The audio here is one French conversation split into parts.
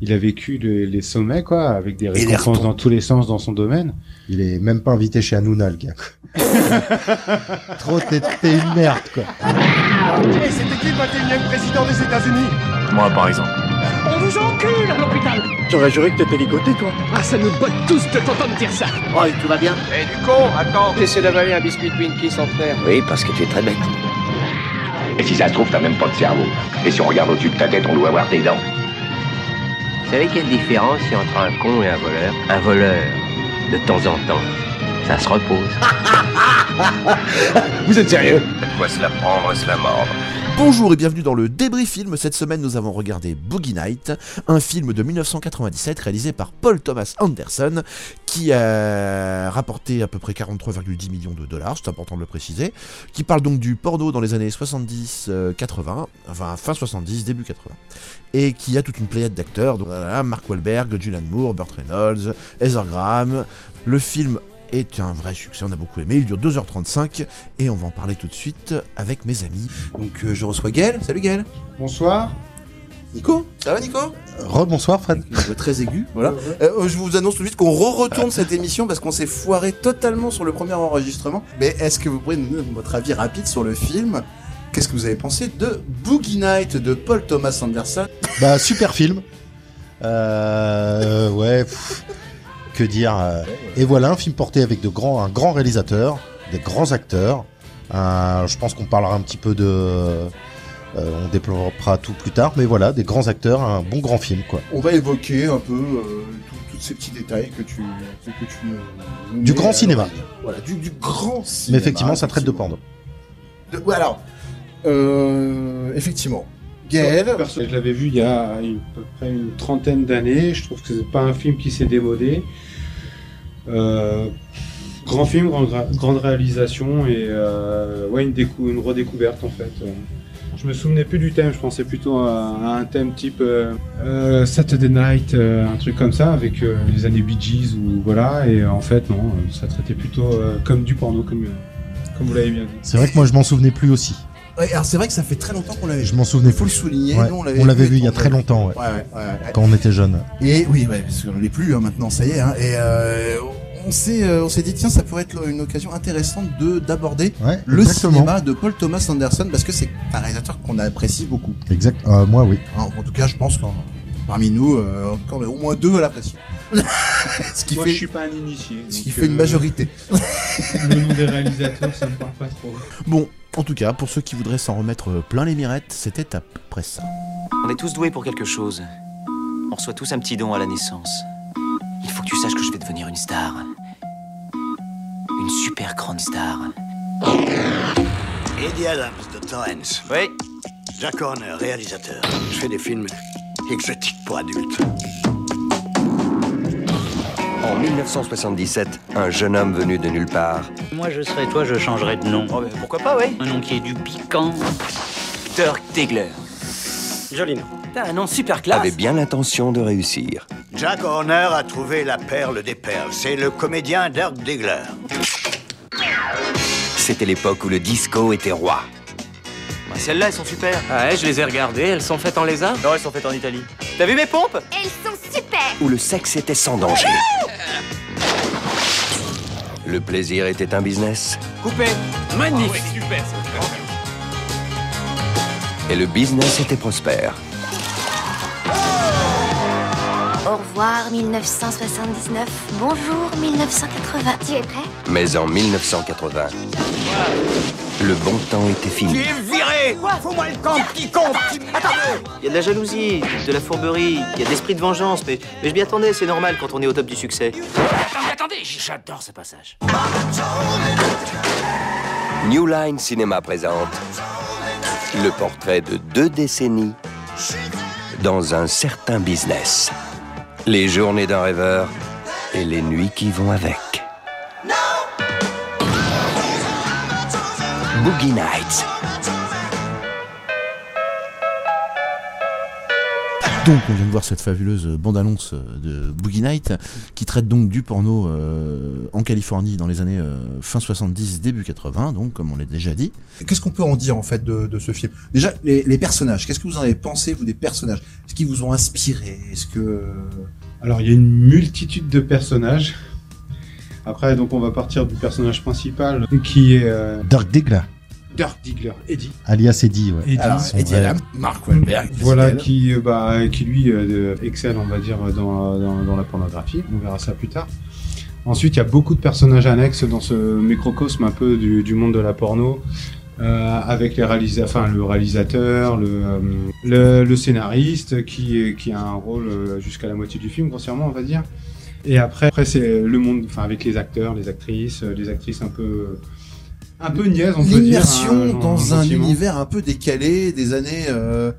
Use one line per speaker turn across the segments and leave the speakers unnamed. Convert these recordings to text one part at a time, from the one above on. il a vécu le- les sommets, quoi, avec des
les
récompenses
retombe.
dans tous les sens dans son domaine.
Il est même pas invité chez Hanouna, le gars. Trop, t'es t'es une merde, quoi.
C'était qui le 21 e président des États-Unis
Moi, par exemple.
On vous encule à l'hôpital
J'aurais juré que t'étais ligoté, toi.
Ah, ça nous botte tous de t'entendre dire ça
Oh, et tout va bien
Eh du con, attends J'essaie d'avaler un biscuit Twinkie centenaire.
Oui, parce que tu es très bête.
Et si ça se trouve, t'as même pas de cerveau. Et si on regarde au-dessus de ta tête, on doit avoir des dents.
Vous savez quelle différence il y a entre un con et un voleur Un voleur, de temps en temps, ça se repose.
Vous êtes sérieux De quoi se la prendre, se la mordre.
Bonjour et bienvenue dans le débrief film. Cette semaine, nous avons regardé Boogie Night, un film de 1997 réalisé par Paul Thomas Anderson qui a rapporté à peu près 43,10 millions de dollars, c'est important de le préciser, qui parle donc du porno dans les années 70-80, enfin fin 70, début 80, et qui a toute une pléiade d'acteurs, donc voilà, Mark Wahlberg, Julianne Moore, Burt Reynolds, Heather Graham. Le film est un vrai succès, on a beaucoup aimé, il dure 2h35 et on va en parler tout de suite avec mes amis. Donc euh, je reçois Gaël. Salut Gaël.
Bonsoir.
Nico Ça va Nico
Rebonsoir, Fred.
Une voix très aiguë, voilà. Euh, je vous annonce tout de suite qu'on re-retourne cette émission parce qu'on s'est foiré totalement sur le premier enregistrement. Mais est-ce que vous pouvez nous donner votre avis rapide sur le film Qu'est-ce que vous avez pensé de Boogie Night de Paul Thomas Anderson
Bah, super film. Euh, ouais, pff, que dire. euh. Et voilà un film porté avec de grands, un grand réalisateur, des grands acteurs. Un- je pense qu'on parlera un petit peu de. euh, on développera tout plus tard, mais voilà, des grands acteurs, un bon grand film, quoi.
On va évoquer un peu euh, tout- tous ces petits détails que tu, que que tu nous- nous
Du
mets
grand
à
cinéma.
l'oreille. Voilà, du, du grand cinéma.
Mais effectivement, ça traite de porno.
De- ouais, alors, euh, effectivement, Gaël,
Perso, Je l'avais vu il y a une- à peu près une trentaine d'années. Je trouve que c'est pas un film qui s'est démodé. Euh, grand film, grand- grande réalisation et euh, ouais, une, décou- une redécouverte en fait. Euh, Je me souvenais plus du thème, je pensais plutôt à, à un thème type euh, euh, Saturday Night, euh, un truc comme ça, avec euh, les années Bee Gees ou voilà. Et euh, en fait, non, euh, ça traitait plutôt euh, comme du porno, comme, euh, comme vous l'avez bien dit.
C'est vrai que moi, je m'en souvenais plus aussi.
Ouais, alors c'est vrai que ça fait très longtemps qu'on l'avait.
Je m'en souvenais
Il faut le
plus.
souligner.
Ouais,
nous,
on l'avait vu il y a très longtemps, ouais,
Ouais, ouais, ouais.
quand on était jeune.
Et oui, ouais, parce qu'on l'est plus hein, maintenant, ça y est. hein. et euh, on s'est, euh, on s'est dit tiens, ça pourrait être une occasion intéressante de d'aborder
Ouais,
le
exactement.
cinéma de Paul Thomas Anderson parce que c'est un réalisateur qu'on apprécie beaucoup.
Exact. euh, moi, oui.
Hein, en tout cas, je pense qu'en parmi nous, euh, encore au moins deux à l'apprécier. ce qui
Moi,
fait,
je suis pas un initié.
ce
donc,
qui fait une
euh,
majorité.
Le nom des réalisateurs, ça me parle pas trop.
Bon, en tout cas, pour ceux qui voudraient s'en remettre euh, plein les mirettes, c'était à peu près ça.
On est tous doués pour quelque chose. On reçoit tous un petit don à la naissance. Il faut que tu saches que je vais devenir une star. Une super grande star. Eddie Adams de Torrance.
Oui,
Jack Horner, réalisateur. Je fais des films exotiques pour adultes.
En 1977, un jeune homme venu de nulle part
Moi, je serais toi, je changerais de nom.
Oh, ben, pourquoi pas, ouais
Un nom qui est du piquant.
Dirk Diggler.
joli nom.
T'as un nom super classe.
avait Ah, bien l'intention de réussir.
Jack Horner a trouvé la perle des perles. C'est le comédien Dirk Diggler.
C'était l'époque où le disco était roi.
Bah, Celles-là, elles sont super.
Ah ouais, je les ai regardées, elles sont faites en lézard
Non, elles sont faites en Italie. T'as vu mes pompes
Elles sont super
où le sexe était sans danger. Le plaisir était un business
Coupé.
Magnifique
et le business était prospère.
Au revoir 1979, bonjour 1980. Tu es prêt
Mais en 1980, le bon temps était fini.
Il y a de la jalousie, de la fourberie, il y a de l'esprit de vengeance, mais, mais je m'y attendais, c'est normal quand on est au top du succès.
Attendez,
J'adore ce passage.
New Line Cinéma présente le portrait de deux décennies dans un certain business. Les journées d'un rêveur et les nuits qui vont avec. Boogie Nights.
Donc, on vient de voir cette fabuleuse bande-annonce euh, de Boogie Night qui traite donc du porno euh, en Californie dans les années euh, fin 70, début 80, donc comme on l'a déjà dit.
Qu'est-ce qu'on peut en dire en fait de, de ce film Déjà, les, les personnages, qu'est-ce que vous en avez pensé, vous, des personnages Est-ce qu'ils vous ont inspiré Est-ce que...
euh,
Alors, il y a une multitude de personnages. Après, donc, on va partir du personnage principal qui est euh,
Dirk Diggler,
Dirk Diggler, Eddie.
alias Eddie. Ouais.
Eddie,
Son vrai-
Mark Wahlberg.
Voilà, qui, euh, bah, qui lui euh, excelle, on va dire, dans, dans, dans la pornographie. On verra ça plus tard. Ensuite, il y a beaucoup de personnages annexes dans ce microcosme un peu du, du monde de la porno. euh, avec les réalisa enfin, le réalisateur, le, euh, le, le scénariste qui, est- qui a un rôle euh, jusqu'à la moitié du film, grossièrement, on va dire. Et après, après c'est le monde, enfin avec les acteurs, les actrices, euh, les actrices un peu, un peu niaises, on peut dire. hein,
L'immersion
gen-
dans un
gentiment.
univers un peu décalé des années... euh,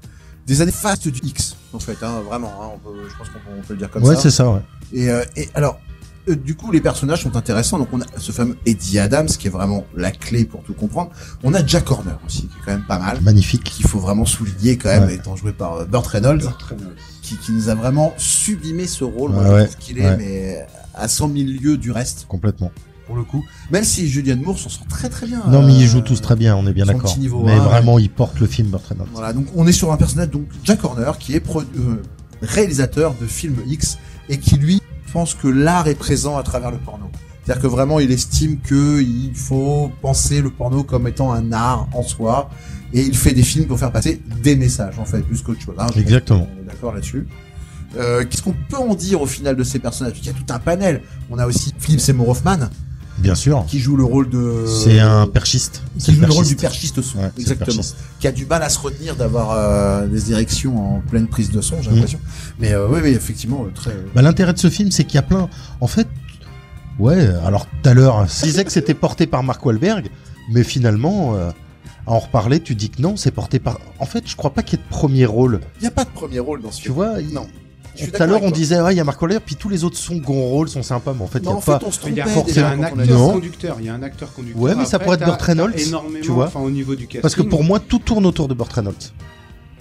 des années fastes du X, en fait, hein, vraiment, hein, on peut- je pense qu'on peut, on peut le dire comme
Ouais,
ça.
c'est ça, ouais.
Et, euh, et alors, euh, du coup, les personnages sont intéressants. Donc, on a ce fameux Eddie Adams qui est vraiment la clé pour tout comprendre. On a Jack Horner aussi, qui est quand même pas mal.
Magnifique.
Qu'il faut vraiment souligner quand même,
Ouais.
étant joué par euh, Burt Reynolds,
Burt Reynolds.
qui, qui nous a vraiment sublimé ce rôle. Moi,
Ouais,
je
ouais,
trouve qu'il est,
ouais.
mais euh, à 100 000 lieues du reste,
Complètement.
pour le coup. Même si Julianne Moore s'en sort très très bien.
Non, mais ils
euh,
jouent tous très bien, on est bien
son
d'accord.
petit niveau
Mais
un,
vraiment, ils portent le film Burt Reynolds.
Voilà, donc on est sur un personnage, donc Jack Horner, qui est produ- euh, réalisateur de films X et qui lui pense que l'art est présent à travers le porno. C'est-à-dire que vraiment, il estime que il faut penser le porno comme étant un art en soi, et il fait des films pour faire passer des messages en fait, plus qu'autre chose. hein. Je pense
Exactement.
qu'on est D'accord là-dessus. Euh, Qu'est-ce qu'on peut en dire au final de ces personnages Il y a tout un panel. On a aussi Philip Seymour Hoffman
Bien sûr.
qui joue le rôle de.
Oh. C'est un perchiste. C'est
Euh, Qui joue le rôle du
perchiste.
perchiste son.
Ouais, c'est le
Exactement.
perchiste.
Qui a du mal à se retenir d'avoir euh, des érections en pleine prise de son, j'ai
Mm.
l'impression. Mais euh, oui, oui, effectivement, euh, très.
Bah, L'intérêt de ce film, c'est qu'il y a plein. En fait, ouais, alors tout à l'heure, je disais que c'était porté par Mark Wahlberg, mais finalement, euh, à en reparler, tu dis que non, c'est porté par. En fait, je crois pas qu'il y ait de premier rôle.
Il n'y a pas de premier rôle dans ce
Tu vois il-
Non. Je suis
Tout à
d'accord
l'heure,
avec
on
toi.
disait, ouais, il y a Mark Wahlberg, puis tous les autres sont gros rôles, sont sympas, mais en fait, il
Non,
n'y a
en
pas.
fait, on se
Il y a
trompait
forcément
déjà
un
quand on a
acteur
Non.
conducteur, il y a un acteur conducteur.
Ouais, mais ça
Après,
pourrait être
t'as
Burt Reynolds,
énormément,
tu vois.
Enfin, au niveau du casting.
Parce que pour moi, tout tourne autour de Burt Reynolds.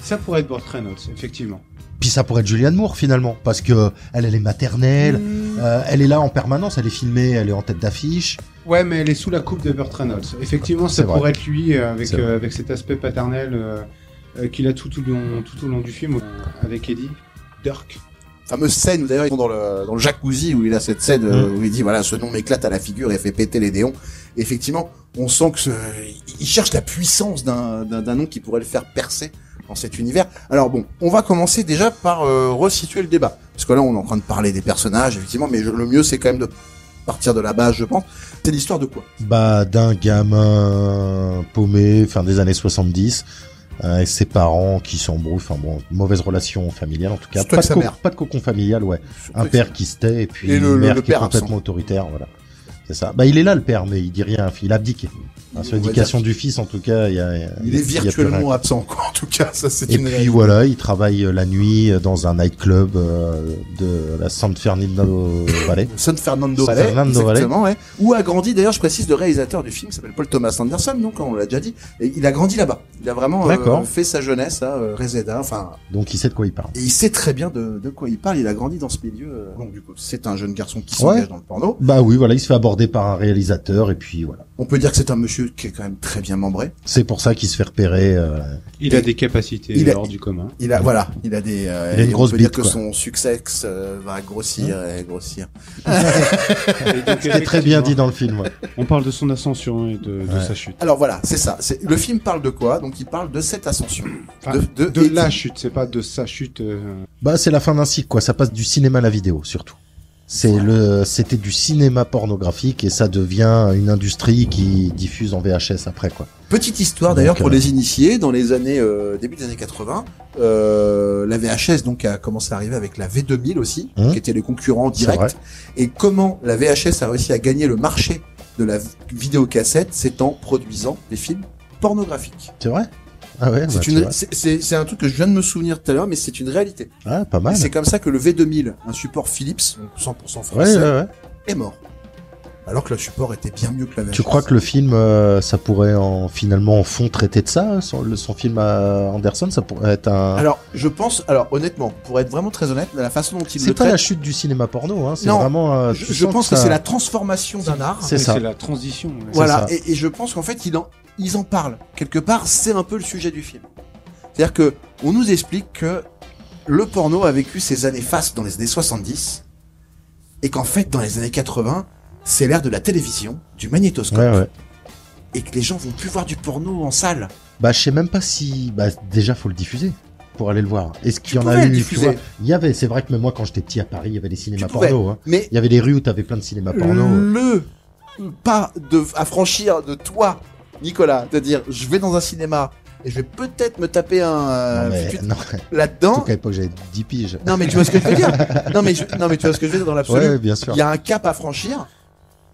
ça pourrait être Burt Reynolds, effectivement.
Puis ça pourrait être Julianne Moore finalement, parce que elle, elle est maternelle, euh, elle est là en permanence, elle est filmée, elle est en tête d'affiche.
Ouais, mais elle est sous la coupe de Burt Reynolds. Effectivement,
C'est
ça
vrai.
pourrait être lui euh, avec
C'est vrai.
euh, avec cet aspect paternel euh, euh, qu'il a tout au long tout au long du film euh, avec Eddie. Dirk.
fameuse scène où d'ailleurs ils sont dans le, dans le jacuzzi où il a cette scène euh, où il dit voilà ce nom m'éclate à la figure et fait péter les déons. Effectivement, on sent que ce- il cherche la puissance d'un d'un- d'un nom qui pourrait le faire percer dans cet univers. Alors bon, on va commencer déjà par euh, resituer le débat parce que là on est en train de parler des personnages effectivement, mais je- le mieux c'est quand même de partir de la base, je pense. C'est l'histoire de quoi
Bah d'un gamin paumé, fin des années 70, euh, avec ses parents qui s'embrouillent, enfin bon, mauvaise relation familiale en tout cas.
Surtout
Pas
avec
de,
sa
co-
mère.
pas de cocon familial, ouais. Un père qui se tait et puis
Et le-
une
le-
mère
le
qui
père
est complètement
absent.
autoritaire, voilà. C'est ça. Bah il est là le père, mais il dit rien, il abdique.
On
Hein, sur
va
l'éducation
dire
du fils en tout cas, il y a.
Il
y
est
a- y a plus rien.
virtuellement absent quoi. En tout cas, ça c'est
Et
une
puis
réalité.
voilà, il travaille euh, la nuit euh, dans un nightclub euh, de la San Fernando Valley.
San Fernando
San
Valley,
Fernando Valley.
exactement, ouais. Où a grandi, d'ailleurs, je précise, le réalisateur du film qui s'appelle Paul Thomas Anderson, donc on l'a déjà dit. Et il a grandi là-bas. Il a vraiment euh,
D'accord.
fait sa jeunesse à euh, Reseda. Enfin,
Donc il sait de quoi il parle.
et il sait très bien de, de quoi il parle. Il a grandi dans ce milieu. euh. Donc du coup, c'est un jeune garçon qui s'engage
Ouais.
dans le porno.
Bah oui, voilà, il se fait aborder par un réalisateur et puis voilà.
On peut dire que c'est un monsieur qui est quand même très bien membré.
C'est pour ça qu'il se fait repérer. euh,
Il a des capacités
Il a-
hors du commun.
Il a, voilà, il a des. euh,
Il a une
et
grosse
on peut dire
bite,
que
quoi.
son succès euh, va grossir et grossir.
C'est très bien dit dans le film. ouais.
On parle de son ascension et de, de
Ouais.
sa chute.
Alors voilà, c'est ça. C'est- Le film parle de quoi Donc il parle de cette ascension.
Enfin,
de,
De la
Eddie.
chute, c'est pas de sa chute. euh,
Bah c'est la fin d'un cycle, quoi. Ça passe du cinéma à la vidéo surtout. C'est le, c'était du cinéma pornographique et ça devient une industrie qui diffuse en VHS après quoi.
Petite histoire
Donc,
d'ailleurs pour
euh,
les initiés, dans les années euh, début des années 80, euh, la VHS donc a commencé à arriver avec la V2000 aussi,
Hum.
qui étaient les concurrents
C'est vrai.
directs. Et comment la VHS a réussi à gagner le marché de la v- vidéocassette, c'est en produisant des films pornographiques.
C'est vrai. Ah ouais. bah,
C'est
tu
une,
vois.
c'est- c'est c'est un truc que je viens de me souvenir tout à l'heure, mais c'est une réalité.
Ah pas
Et
mal.
C'est comme ça que le V2000, un support Philips, donc 100%
Ouais, ouais,
français,
ouais.
est mort. alors que le support était bien mieux que la VHS.
Tu crois que le film, euh, ça pourrait en, finalement en fond traiter de ça son, le- son film à Anderson, ça pourrait être un.
Alors, je pense, alors honnêtement, pour être vraiment très honnête, la façon dont il
c'est
le
pas
traite,
la chute du cinéma porno, hein, c'est
Non,
vraiment. euh,
je,
tu
je
sens
pense que,
ça-
c'est la transformation d'un art.
C'est ça. C'est la
transition. ouais.
Voilà,
C'est ça.
et, et je pense qu'en fait, il en- ils en parlent. Quelque part, c'est un peu le sujet du film. C'est-à-dire que on nous explique que le porno a vécu ses années fastes dans les années 70, et qu'en fait, dans les années 80, c'est l'ère de la télévision, du magnétoscope,
Ouais, ouais.
et que les gens vont plus voir du porno en salle.
Bah, je sais même pas si. Bah, déjà, faut le diffuser pour aller le voir. Est-ce qu'il y en
pouvais
a
le
eu tu
diffuser.
vois Il y avait, c'est vrai que même moi, quand j'étais petit à Paris, il y avait des cinémas
pouvais, Mmh.
porno. hein.
mais-
Il y avait des rues où t'avais plein de cinémas porno.
le pas de à franchir de toi, Nicolas, de dire je vais dans un cinéma et je vais peut-être me taper un euh,
Non, Ah, mais- euh,
fut-
non.
là-dedans.
Surtout qu'à l'époque, j'avais 10 piges.
Non mais tu vois ce que je veux dire. Non mais je- non mais tu vois ce que je veux dire dans l'absolu.
Ouais, bien sûr.
Il y a un cap à franchir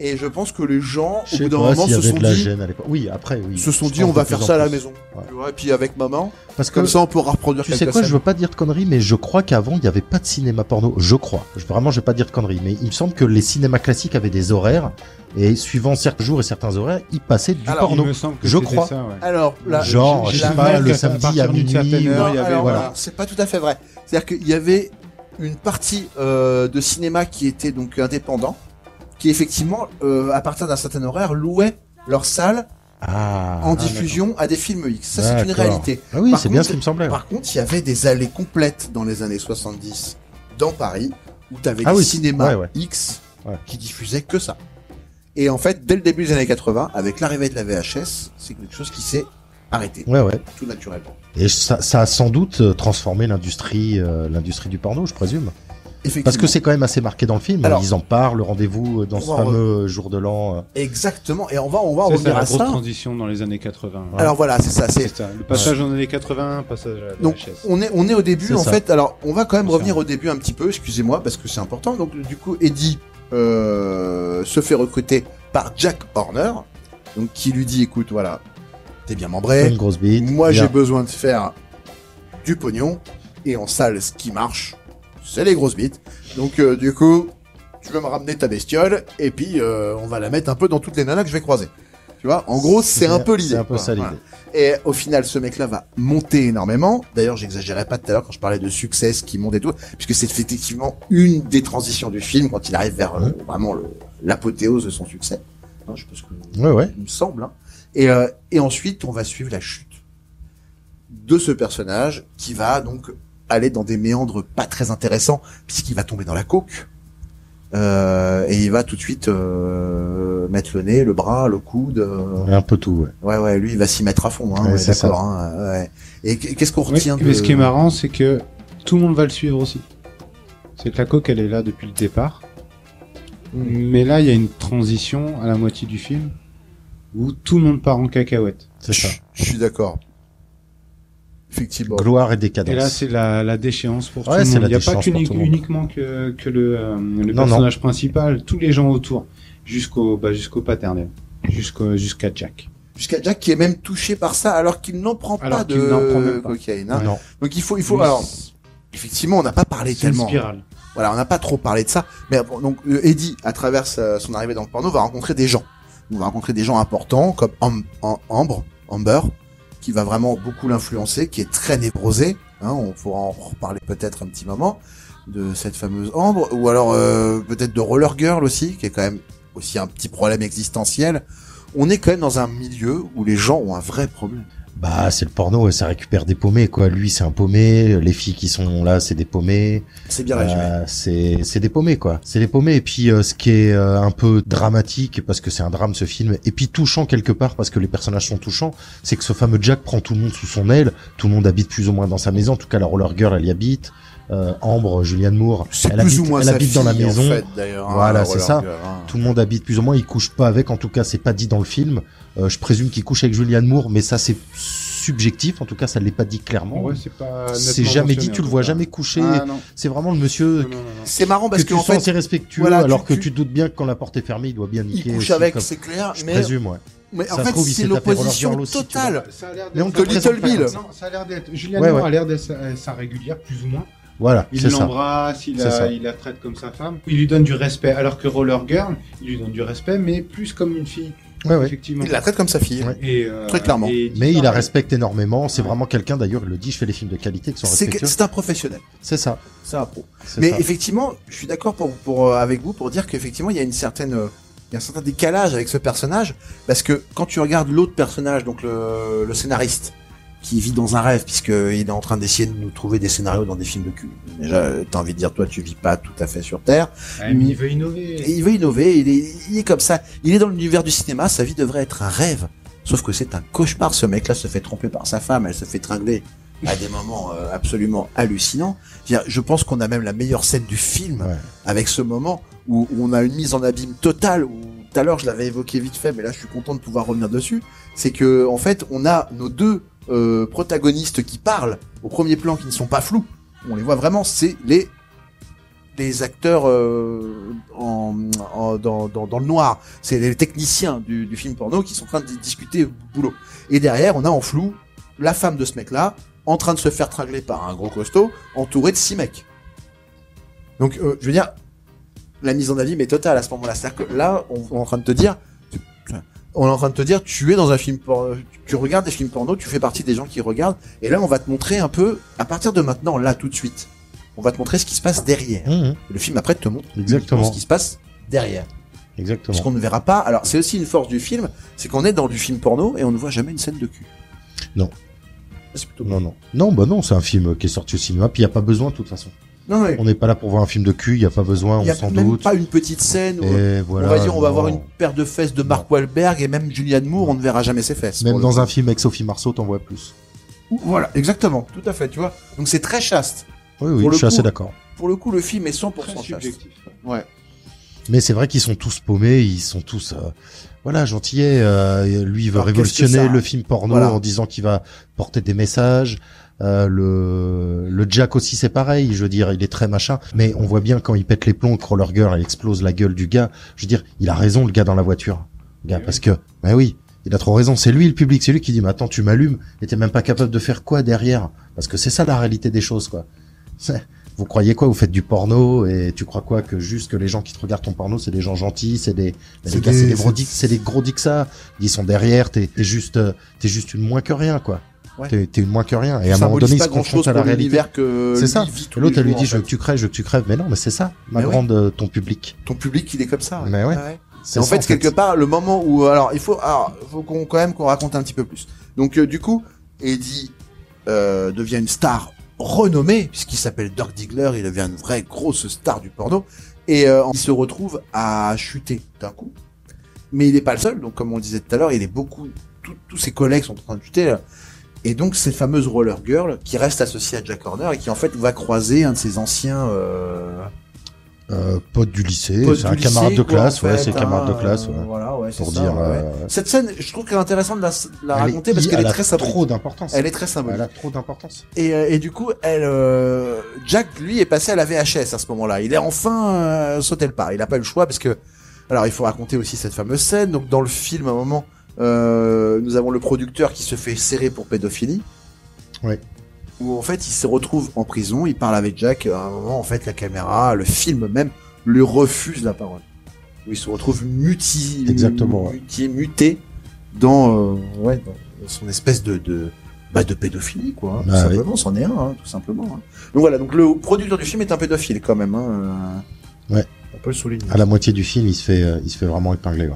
et je pense que les gens
Je
au bout
sais
d'un
pas
moment
s'il y
se
avait
sont
de la
dit
gêne à l'époque. Oui, après, oui.
se sont
Je
dit
pense
on va
de plus
faire
en
ça à la
plus.
maison.
Ouais.
Tu vois, et puis avec maman.
Parce que
comme ça on pourra reproduire
Tu sais
quelques
quoi, je
scènes.
veux pas dire de conneries, mais je crois qu'avant il n'y avait pas de cinéma porno. Je crois. Je, vraiment, je vais pas dire de conneries, mais il me semble que les cinémas classiques avaient des horaires et suivant certains jours et certains horaires, ils passaient du
Alors,
porno.
il me semble que
je
c'était
crois.
ça, ouais.
Alors, la-
genre,
j'ai-
je
j'ai
sais
la
pas,
marque
le
à
samedi
partir
à
d'une
minuit.
certaine
ou-
heure,
Non,
il y avait-
alors,
voilà.
alors, c'est pas tout à fait vrai. C'est-à-dire qu'il y avait une partie euh, de cinéma qui était donc indépendant, qui effectivement, euh, à partir d'un certain horaire, louait leur salle
Ah,
en
ah,
diffusion à des films X. Ça, c'est une
D'accord.
réalité.
Ah oui,
Par
c'est bien
contre,
ce qui me semblait.
Par contre, il y avait des allées complètes dans les années 70 dans Paris où t'avais
Ah
des
oui,
cinémas
ouais, ouais.
X
Ouais.
qui diffusaient que ça. Et en fait, dès le début des années 80, avec l'arrivée de la VHS, c'est quelque chose qui s'est arrêté.
Ouais, ouais.
Tout naturellement.
Et ça, ça a sans doute euh, transformé l'industrie, euh, l'industrie du porno, je présume.
Effectivement.
Parce que c'est quand même assez marqué dans le film. hein.
Alors-
Ils en parlent, le rendez-vous euh, dans
On
ce
va en re-
fameux euh, jour de l'an. euh.
Exactement. Et on va, on va en
Ça, c'est
revenir
la
à
grosse
ça.
transition dans les années 80. ouais.
Alors voilà, c'est ça, c'est-
Le passage en années 80, passage à la
Donc
VHS.
on est, on est au début
C'est
en
ça.
fait. Alors on va quand même revenir au début un petit peu, excusez-moi parce que c'est important. Donc du coup Eddie euh, se fait recruter par Jack Horner, donc qui lui dit écoute voilà, t'es bien membré,
Une grosse bite.
Eh, moi
bien.
j'ai besoin de faire du pognon et en salle ce qui marche, c'est les grosses bites. Donc euh, du coup tu vas me ramener ta bestiole et puis euh, on va la mettre un peu dans toutes les nanas que je vais croiser. Tu vois, en gros c'est un peu l'idée.
C'est un peu
quoi.
ça l'idée.
Voilà. Et au final, ce mec-là va monter énormément. D'ailleurs, j'exagérais pas tout à l'heure quand je parlais de succès ce qui monte et tout, puisque c'est effectivement une des transitions du film quand il arrive vers euh, vraiment le- l'apothéose de son succès. Hein, je pense que
Ouais, ouais.
il me semble. hein. Et, euh, et ensuite, on va suivre la chute de ce personnage qui va donc aller dans des méandres pas très intéressants puisqu'il va tomber dans la coke. Euh, et il va tout de suite euh, mettre le nez, le bras, le coude. euh,
Un peu tout, ouais.
Ouais, ouais, lui, il va s'y mettre à fond, hein,
Ouais,
on est
c'est
d'accord. hein, ouais. Et qu- qu'est-ce qu'on
Oui,
retient de...
Mais ce qui est marrant, c'est que tout le monde va le suivre aussi. C'est que la coque, elle est là depuis le départ.
Mm.
Mais là, il y a une transition à la moitié du film où tout le monde part en cacahuète.
C'est ça.
Je suis d'accord. Effectivement.
Gloire et
Et là,
décadence.
c'est la, la déchéance pour
Ouais,
tout
c'est
le monde.
la
Il n'y a pas
déchéance pour
qu'unique-
tout le monde.
uniquement que, que le, euh, le
Non,
personnage principal, tous les gens autour, jusqu'au bah, jusqu'au paternel, jusqu'au jusqu'à Jack.
Jusqu'à Jack qui est même touché par ça alors qu'il n'en prend
Alors
pas
qu'il
de
n'en prend même pas.
cocaïne. hein.
Non.
Donc il faut, il faut.
Lui,
Alors, effectivement, on n'a pas parlé
C'est une
tellement.
spirale.
Voilà, on n'a pas trop parlé de ça. Mais bon, donc euh, Eddie, à travers sa- son arrivée dans le porno, va rencontrer des gens. On va rencontrer des gens importants comme Am- Am- Ambre, Amber, qui va vraiment beaucoup l'influencer, qui est très névrosé. Hein, on pourra en reparler peut-être un petit moment de cette fameuse Ambre, ou alors euh, peut-être de Roller Girl aussi, qui est quand même aussi un petit problème existentiel. On est quand même dans un milieu où les gens ont un vrai problème.
Bah, c'est le porno et ça récupère des paumés, quoi. Lui, c'est un paumé. Les filles qui sont là, c'est des paumés.
C'est bien résumé.
Euh, c'est c'est des paumés, quoi. C'est des paumés. Et puis, euh, ce qui est euh, un peu dramatique, parce que c'est un drame, ce film, et puis touchant quelque part, parce que les personnages sont touchants, c'est que ce fameux Jack prend tout le monde sous son aile. Tout le monde habite plus ou moins dans sa maison. En tout cas, la Roller Girl, elle y habite. Euh, Ambre, Julianne Moore,
C'est
elle
plus
habite,
ou moins
elle
sa
habite dans la
fille, en
maison.
fait, d'ailleurs, hein,
voilà,
la
c'est
Roller
ça.
Girl, hein.
Tout le monde habite plus ou moins. Il couche pas avec. En tout cas, c'est pas dit dans le film. Euh, je présume qu'il couche avec Julianne Moore, mais ça, c'est subjectif. En tout cas, ça l'est pas dit clairement.
Ouais, c'est pas
c'est
nettement
jamais
mentionné,
dit.
en
Tu le
tout
vois
cas.
jamais couché.
Ah, non.
c'est vraiment le monsieur
C'est marrant parce
que,
que,
tu
en
sens
fait,
assez respectueux,
voilà, tu-
alors que
tu-
tu te doutes bien que quand la porte est fermée, il doit bien niquer.
Il couche
aussi,
avec,
comme-
c'est clair.
Je
mais
présume, ouais.
Mais en
Ça se
fait,
trouve, il
c'est
s'est tapé Roller
l'opposition
Girl aussi, tu vois.
totale.
Ça a l'air
Mais on
d'être-
te le
Little
présente pas
Bill.
comme ça.
Non, ça a l'air d'être. Julianne
Ouais,
Moore
ouais.
a l'air d'être sa, sa régulière, plus ou moins.
Voilà,
Il
c'est ça.
l'embrasse, il,
C'est
la-
ça.
il la traite comme sa femme. Il lui donne du respect, alors que Roller Girl, il lui donne du respect, mais plus comme une fille. Effectivement.
Il la traite comme sa fille.
Et, euh,
Très clairement.
et-
Mais il la respecte énormément. C'est vraiment quelqu'un, d'ailleurs, il le dit, je fais les films de qualité qui sont
C'est
respectueux.
que- c'est un professionnel.
C'est ça.
C'est un pro.
C'est
Mais
ça.
effectivement, je suis d'accord pour, pour, euh, avec vous pour dire qu'effectivement, il y a une certaine, euh, il y a un certain décalage avec ce personnage parce que quand tu regardes l'autre personnage, donc le, le scénariste, qui vit dans un rêve puisque il est en train d'essayer de nous trouver des scénarios dans des films de cul. Déjà, euh, t'as envie de dire toi, tu vis pas tout à fait sur Terre.
Ouais, mais il veut innover.
Et il veut innover. Il est, il est comme ça. Il est dans l'univers du cinéma. Sa vie devrait être un rêve. Sauf que c'est un cauchemar. Ce mec-là se fait tromper par sa femme. Elle se fait tringler à des moments euh, absolument hallucinants. Je veux dire, Je pense qu'on a même la meilleure scène du film avec ce moment où, où on a une mise en abîme totale. Où tout à l'heure je l'avais évoqué vite fait, mais là je suis content de pouvoir revenir dessus. C'est que en fait on a nos deux euh, protagonistes qui parlent au premier plan, qui ne sont pas flous. On les voit vraiment. C'est les les acteurs euh, en, en- dans, dans, dans le noir. C'est les techniciens du, du film porno qui sont en train de discuter au boulot. Et derrière, on a en flou la femme de ce mec-là en train de se faire tragler par un gros costaud, entouré de six mecs. Donc, euh, je veux dire, la mise en abîme est totale à ce moment-là. C'est-à-dire que là, on, on est en train de te dire, tu- on est en train de te dire, tu es dans un film porno, tu- tu regardes des films porno, tu fais partie des gens qui regardent, et là, on va te montrer un peu, à partir de maintenant, là, tout de suite, on va te montrer ce qui se passe derrière.
Mmh,
Et Le film après te montre
Exactement.
ce qui se passe derrière.
Exactement.
Parce qu'on ne verra pas. Alors, c'est aussi une force du film, c'est qu'on est dans du film porno et on ne voit jamais une scène de cul.
Non. Non, non. Non, bah non, c'est un film qui est sorti au cinéma, puis il n'y a pas besoin de toute façon.
Non, mais-
On n'est pas là pour voir un film de cul, il n'y a pas besoin,
Il n'y
on
a
s'en
même
doute.
pas une petite scène où
Et voilà,
on va dire on va
non.
voir une paire de fesses de Mark Wahlberg et même Julianne Moore, on ne verra jamais ses fesses.
Même
pour
dans
le
un film avec Sophie Marceau, t'en vois plus.
coup. Voilà, exactement, tout à fait, tu vois. Donc c'est très chaste.
Oui, oui,
Pour le
je suis
coup-
assez d'accord.
Pour le coup, le film est 100% chaste. Ouais.
Mais c'est vrai qu'ils sont tous paumés, ils sont tous, euh, voilà, gentillets. euh, lui, il va
Alors, qu'est-ce
révolutionner
que ça
le film porno
Voilà.
en disant qu'il va porter des messages. Euh, le, le Jack aussi, c'est pareil. Je veux dire, il est très machin. Mais on voit bien quand il pète les plombs, Crawler Girl, elle explose la gueule du gars. Je veux dire, il a raison, le gars dans la voiture.
Eh
Le gars, parce que, bah oui, il a trop raison. C'est lui le public, c'est lui qui dit, mais attends, tu m'allumes et t'es même pas capable de faire quoi derrière Parce que c'est ça la réalité des choses, quoi. C'est- Vous croyez quoi Vous faites du porno et tu crois quoi que juste que les gens qui te regardent ton porno, c'est des gens gentils, c'est des,
C'est
les gars, c'est
des-
des gros dicks, c'est des gros dicks ça. Ils sont derrière, t'es t'es juste, euh, t'es juste une moins que rien quoi.
Ouais.
T'es t'es une moins que rien. Et
Ça
à un moment donné,
symbolise
ils
pas
se
grand-chose
confrontent à la
pour
réalité.
l'univers que
C'est
lui
ça.
vit tous les
L'autre, elle lui
jours,
dit,
en
je veux que tu crèves, je veux que tu crèves. Mais non, mais c'est ça, ma
Mais oui.
grande, euh, ton public.
Ton public, il est comme ça.
Mais ouais.
Et
C'est
en
ça,
fait, quelque part, le moment où alors il faut alors faut qu'on quand même qu'on raconte un petit peu plus. Donc euh, du coup, Eddie euh, devient une star renommée puisqu'il s'appelle Dirk Diggler, il devient une vraie grosse star du porno et euh, il se retrouve à chuter d'un coup. Mais il n'est pas le seul, donc comme on le disait tout à l'heure, il est beaucoup tout- tous ses collègues sont en train de chuter. là. Et donc cette fameuse roller girl qui reste associée à Jack Horner et qui en fait va croiser un de ses anciens euh,
Euh, pote du lycée,
Pote
c'est
du
un
lycée,
camarade de
quoi,
classe,
en
ouais,
fait,
c'est camarade
hein,
de classe, ouais.
euh, voilà, ouais, c'est
Pour
ça,
dire,
ouais.
euh,
Cette scène, je trouve qu'elle est intéressante de la, de la
Elle est-
raconter parce
elle
qu'elle est
a
très symbolique.
trop d'importance.
Elle est très symbolique.
Elle a trop d'importance.
Et, euh, et du coup, elle, euh, Jack, lui, est passé à la VHS à ce moment-là. Il est enfin euh, sauté le pas. Il n'a pas eu le choix parce que, alors, il faut raconter aussi cette fameuse scène. Donc, dans le film, à un moment, euh, nous avons le producteur qui se fait serrer pour pédophilie.
Ouais.
Où en fait, il se retrouve en prison. Il parle avec Jack. À un moment, en fait, la caméra, le film même, lui refuse la parole. Où il se retrouve muti,
Exactement, ouais.
muti- muté dans, euh, ouais, dans son espèce de, de, bah, de pédophilie, quoi. tout
Bah oui.
simplement, c'en est un, hein, tout simplement. hein. Donc voilà, donc le producteur du film est un pédophile quand même. hein, euh,
Ouais.
On peut le souligner.
À la moitié du film, il se fait, euh, il se fait vraiment épingler, ouais.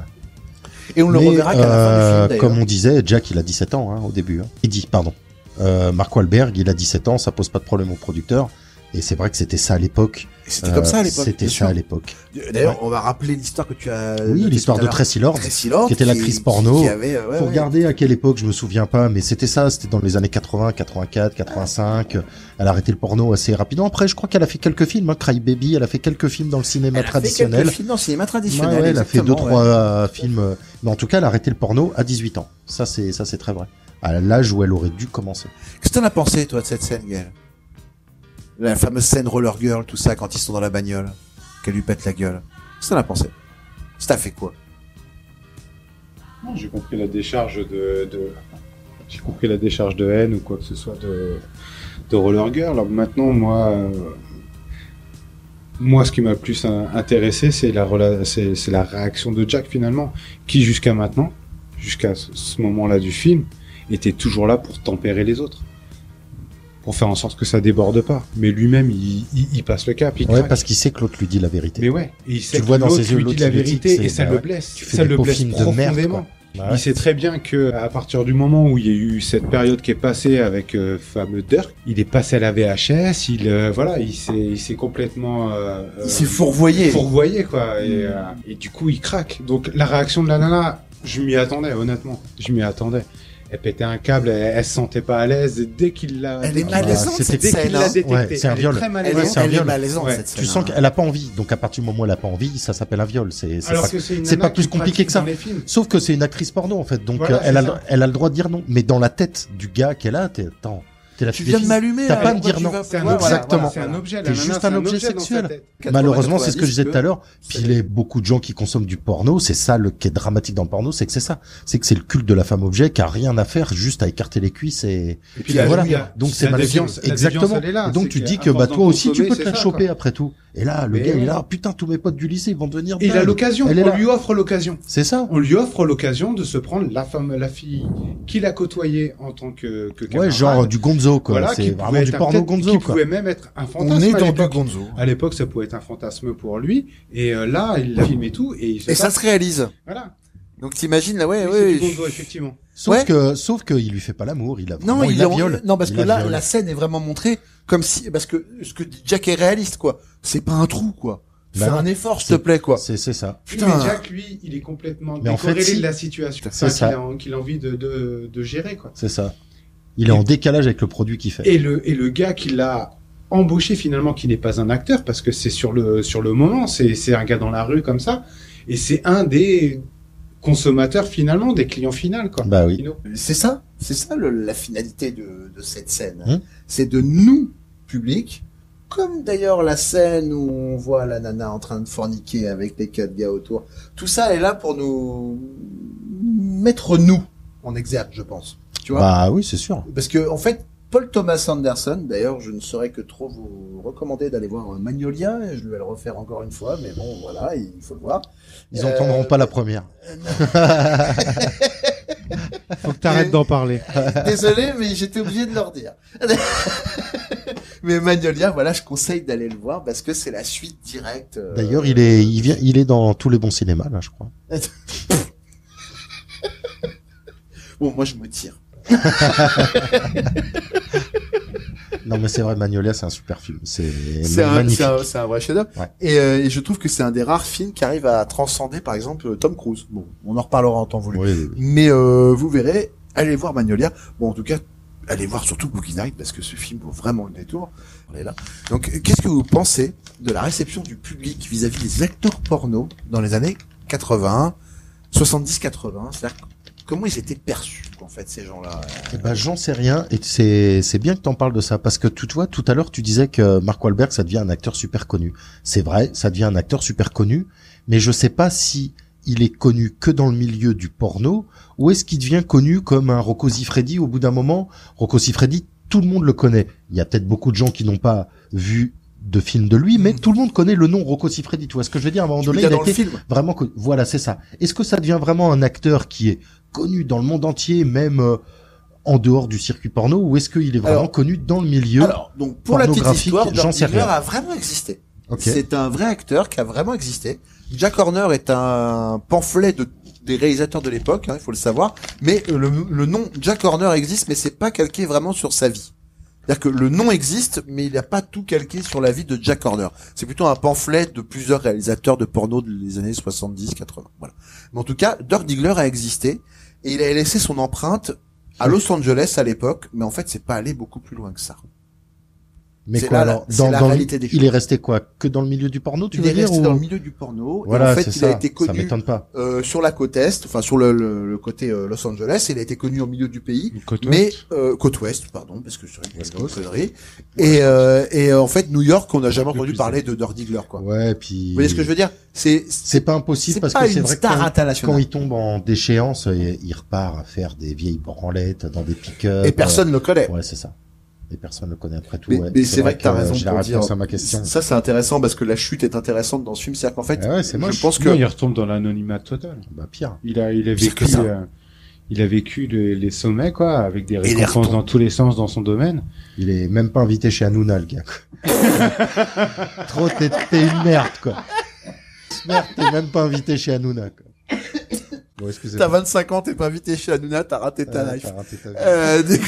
Et on le
Mais,
reverra qu'à la fin du film
euh,
d'ailleurs.
Comme on disait, Jack, il a 17 ans, hein, au début. Hein. Il dit, pardon. Euh, Mark Wahlberg, il a 17 ans, ça pose pas de problème au producteur. Et c'est vrai que c'était ça à l'époque.
Et C'était comme ça à
Euh,
l'époque.
C'était
bien
ça à
sûr.
l'époque.
D'ailleurs, on va rappeler l'histoire que tu as.
Oui,
notée
l'histoire
tout à
de
l'heure.
Tracy Lord,
Tracy Lord,
qui était l'actrice porno.
Qui avait, euh, ouais,
Faut
ouais.
regarder à quelle époque, je me souviens pas, mais c'était ça, c'était dans les années 80, 84, 85. Elle a arrêté le porno assez rapidement. Après, je crois qu'elle a fait quelques films, hein, Cry Baby, elle a fait quelques films dans le cinéma
Elle a fait
traditionnel.
quelques films dans le cinéma
Ouais,
traditionnel.
ouais, elle a fait deux
exactement,
trois
ouais.
euh, films, euh, mais en tout cas, elle a arrêté le porno à 18 ans. Ça c'est ça c'est très vrai. À l'âge où elle aurait dû commencer.
Qu'est-ce que t'en as pensé, toi, de cette scène, Gaël La fameuse scène Roller Girl, tout ça, quand ils sont dans la bagnole, qu'elle lui pète la gueule. Qu'est-ce que t'en as pensé Ça t'a fait quoi
Non, J'ai compris la décharge de, de- j'ai compris la décharge de haine ou quoi que ce soit de, de Roller Girl. Alors maintenant, moi, euh, moi, ce qui m'a le plus in- intéressé, c'est la, rela- c'est, c'est la réaction de Jack finalement, qui jusqu'à maintenant, jusqu'à ce- ce moment-là du film, était toujours là pour tempérer les autres, pour faire en sorte que ça déborde pas. Mais lui-même, il, il- il passe le cap. Il
Ouais,
craque.
parce qu'il sait que l'autre lui dit la vérité.
Mais ouais, et il sait
tu
que
vois dans
l'autre
ses yeux
lui dit
l'autre
la
il lui dit que
vérité
c'est-
et ça
bah
le
ouais,
blesse.
Tu fais
ça
des
le
beaux
blesse
films de merde.
profondément.
quoi. Bah ouais.
Il sait très bien que à partir du moment où il y a eu cette période qui est passée avec euh, fameux Dirk, il est passé à la VHS, il euh, voilà, il s'est il s'est complètement euh,
Il s'est fourvoyé.
fourvoyé quoi
Mm.
et, euh, et du coup il craque. Donc la réaction de la nana, je m'y attendais honnêtement, je m'y attendais. Elle pétait un câble, elle, elle se sentait pas à l'aise et dès qu'il l'a
Elle est
Ah,
dès
malaisante,
qu'il
cette
dès qu'il
scène,
l'a
hein.
détecté,
Ouais, c'est un
elle est
viol.
très
Elle
malaisante.
est-
c'est un
elle est
viol.
malaisante
Ouais.
cette scène.
Tu sens
hein.
qu'elle a pas envie, donc à partir du moment où elle a pas envie, ça s'appelle un viol. C'est c'est
Alors
pas,
que c'est une
c'est
nana
pas plus
qui
compliqué
pratique
que ça.
dans les films.
Sauf que c'est une actrice porno en fait, donc
Voilà,
euh, elle,
c'est
a,
ça.
elle a le droit de dire non. Mais dans la tête du gars qu'elle a, t'es attends, t'es la
Tu
fille
viens
des
de
filles.
m'allumer.
T'as
alors,
pas à me
toi,
dire
tu
non.
vas-
C'est un
Ouais,
objet,
Exactement.
voilà, c'est un objet. la
T'es
nana,
juste
c'est
un objet
dans sa
sexuel.
tête.
hein,
Malheureusement, c'est ce que je disais tout à
90
l'heure. Puis les beaucoup de gens qui consomment du porno, c'est ça le qui est dramatique dans le porno, c'est que c'est ça, c'est que c'est le culte de la femme objet qui a rien à faire, juste à écarter les cuisses et,
Et puis la-
voilà.
la-
Donc c'est
la
malveillant.
déviance- la
Exactement.
déviance, elle est là.
Et donc
C'est
tu
qu'à
dis que
force
bah
d'en
toi aussi tu
consommer,
peux te
c'est
la
ça,
choper
quoi.
après tout. Et là le
Mais
gars il est
ouais.
là, putain tous mes potes du lycée ils vont devenir.
Et il a
dingues.
l'occasion,
Elle est
on
là.
lui offre l'occasion.
C'est ça.
On lui offre l'occasion de se prendre la femme, la fille qu'il a côtoyée en tant que, que
Ouais,
camarade.
genre du gonzo quoi.
Voilà,
c'est
qui pouvait
vraiment du
être un-
porno
peut-être-
gonzo
Qui
quoi.
pouvait même être un fantasme.
On est
à
dans du
l'époque.
Gonzo.
À l'époque, ça pouvait être un fantasme pour lui. Et euh, là, il l'a filmé tout. Et, il se
Et ça
tape.
se réalise.
Voilà.
Donc t'imagines là, ouais,
Eh Oui,
ouais.
c'est du gonzo, effectivement.
Sauf
Ouais.
que sauf que il lui fait pas l'amour, il a
Non,
vraiment-
il
il la
est en-
viole.
non parce
Il
que
la
là
viole.
la scène est vraiment montrée comme si parce que ce que dit Jack est réaliste quoi. C'est pas un trou quoi.
Bah
Fais
non.
un effort s'il te plaît quoi.
c'est c'est ça.
Putain.
Putain.
Mais Jack, lui, il est complètement
Mais en fait,
décorrélé
si.
de la situation.
C'est
Enfin,
ça.
Qu'il a, qu'il a envie de, de, de gérer, quoi.
C'est ça. Il est en décalage avec le produit qu'il fait.
Et le, et le gars qui l'a embauché finalement, qui n'est pas un acteur, parce que c'est sur le, sur le moment, c'est c'est un gars dans la rue comme ça, et c'est un des consommateurs finalement, des clients finaux. Quoi.
Bah oui.
Finaux.
C'est ça, c'est ça le- la finalité de, de cette scène.
Hum.
C'est de nous, public, comme d'ailleurs la scène où on voit la nana en train de forniquer avec les quatre gars autour. Tout ça est là pour nous mettre nous en exergue, je pense. Tu vois
Bah oui, c'est sûr.
Parce que en fait, Paul Thomas Anderson, d'ailleurs, je ne saurais que trop vous recommander d'aller voir Magnolia. et Je vais le refaire encore une fois, mais bon, voilà, il faut le voir.
Ils
Euh,
entendront pas la première.
Faut que t'arrêtes d'en parler.
Désolé, mais j'étais obligé de leur dire. mais Magnolia, voilà, je conseille d'aller le voir parce que c'est la suite directe. euh,
D'ailleurs, il est il vient il est dans tous les bons cinémas là, je crois.
Bon, moi, je me tire.
Non mais c'est vrai, Magnolia c'est un super film. C'est
C'est un,
magnifique.
c'est un, c'est un vrai chef-d'œuvre.
Ouais.
Et, euh, et je trouve que c'est un des rares films qui arrive à transcender, par exemple, euh, Tom Cruise. Bon, on en reparlera en temps voulu.
Oui, oui, oui.
Mais euh, vous verrez, allez voir Magnolia. Bon, en tout cas, allez voir surtout Boogie Night parce que ce film vaut vraiment le détour. On est là. Donc, euh, qu'est-ce que vous pensez de la réception du public vis-à-vis des acteurs porno dans les années 81, 70-80 C'est-à-dire comment ils étaient perçus, en fait, ces gens-là
Eh ben, j'en sais rien et c'est c'est bien que t'en parles de ça parce que tu toi tout à l'heure tu disais que Mark Wahlberg ça devient un acteur super connu. C'est vrai, ça devient un acteur super connu, mais je sais pas si il est connu que dans le milieu du porno ou est-ce qu'il devient connu comme un Rocco Siffredi au bout d'un moment Rocco Siffredi tout le monde le connaît. Il y a peut-être beaucoup de gens qui n'ont pas vu de film de lui, mais tout le monde connaît le nom Rocco Siffredi. Tu vois ce que je veux dire À un moment
Mm. Tu veux
donné,
dire
il a
dans le
été
film
vraiment connu. Voilà, c'est ça. Est-ce que ça devient vraiment un acteur qui est connu dans le monde entier, même euh, en dehors du circuit porno, ou est-ce qu'il est vraiment
Alors-
connu dans le milieu
Alors, donc, pour la petite
pornographique,
histoire,
j'en
John
sais
Hitler
rien.
a vraiment existé.
Ok.
C'est un vrai acteur qui a vraiment existé. Jack Horner est un pamphlet de, des réalisateurs de l'époque, hein, il faut le savoir. Mais euh, le, le nom Jack Horner existe, mais c'est pas calqué vraiment sur sa vie. C'est-à-dire que le nom existe, mais il n'a pas tout calqué sur la vie de Jack Horner. C'est plutôt un pamphlet de plusieurs réalisateurs de porno des années 70-80. Voilà. Mais en tout cas, Dirk Diggler a existé et il a laissé son empreinte à Los Angeles à l'époque, mais en fait, c'est pas allé beaucoup plus loin que ça.
Mais
c'est
quoi
la-
alors
c'est
dans,
la
dans le-
réalité des
Il
choses.
est resté quoi Que dans le milieu du porno, tu
il
veux
est
dire
resté
ou-
dans le milieu du porno
Voilà,
et en fait,
c'est
il
ça.
a été
Ça
connu
m'étonne pas.
euh, sur la côte est, enfin sur le, le- le côté euh, Los Angeles, il a été connu au milieu du pays,
Côte
mais euh, côte ouest, pardon, parce que je suis une connerie. Et, euh, et euh, en fait, New York, on n'a jamais entendu
plus
parler de Dirk Diggler, quoi.
Ouais, puis.
Vous voyez ce que je veux dire C'est
C'est pas impossible
c'est
parce
pas
que c'est
une
vrai que
star
quand- quand
internationale
il tombe en déchéance, il il repart à faire des vieilles branlettes dans des pick-up. Euh,
et personne ne le connaît.
Ouais, c'est ça. Et personne ne le connaît après tout.
Mais,
ouais.
mais c'est vrai que t'as
euh,
raison
j'ai
pour
la
dire.
réponse à ma question. Ah
Ça, c'est intéressant parce que la chute est intéressante dans ce film. C'est-à-dire qu'en fait, je pense que
Non, il retombe dans l'anonymat total.
Bah, pire.
Il a, il a
Pire que
vécu,
ça.
euh, il a vécu les, les sommets, quoi, avec des
il
récompenses dans tous les sens dans son domaine.
Il est même pas invité chez Hanouna, le gars. quoi. Trop, t'es t'es une merde, quoi. Merde, t'es même pas invité chez Hanouna, quoi. Bon,
t'as
excusez-moi.
25 ans, t'es pas invité chez Hanouna, t'as raté ta
Ouais,
life.
t'as raté ta vie.
Euh, du coup-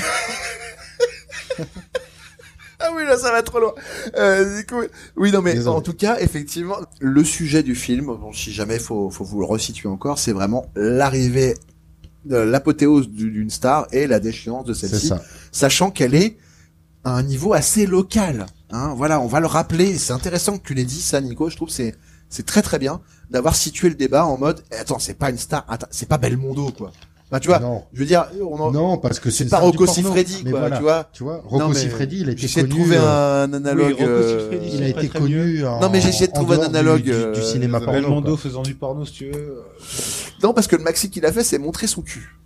ah oui, là, ça va trop loin. Euh, du coup, oui, non, mais en tout cas, effectivement, le sujet du film, bon, si jamais faut, faut vous le resituer encore, c'est vraiment l'arrivée, de l'apothéose du- d'une star et la déchéance de
C'est
celle-ci,
ça.
sachant qu'elle est à un niveau assez local. Hein, voilà, on va le rappeler. C'est intéressant que tu l'aies dit, ça, Nico. Je trouve que c'est c'est très très bien d'avoir situé le débat en mode, eh, attends, c'est pas une star, attends, c'est pas Belmondo, quoi. Bah, tu vois, je veux dire, on en-
Non, parce que
pas
c'est une star du
Rocco
porno.
Siffredi,
Mais
quoi,
voilà.
tu vois.
Tu vois, Rocco
Non, mais
Siffredi, il a été
j'essaie de
connu,
trouver
euh,
un analogue.
Oui, Rocco
euh,
Siffredi, il a été connu en-
Non, mais j'essaie de
en
trouver un
dehors du-
analogue
du- du
euh,
cinéma
euh,
porno,
Belmondo faisant du porno, si tu veux. euh,
Non, parce que le maxi qu'il a fait, c'est montrer son cul.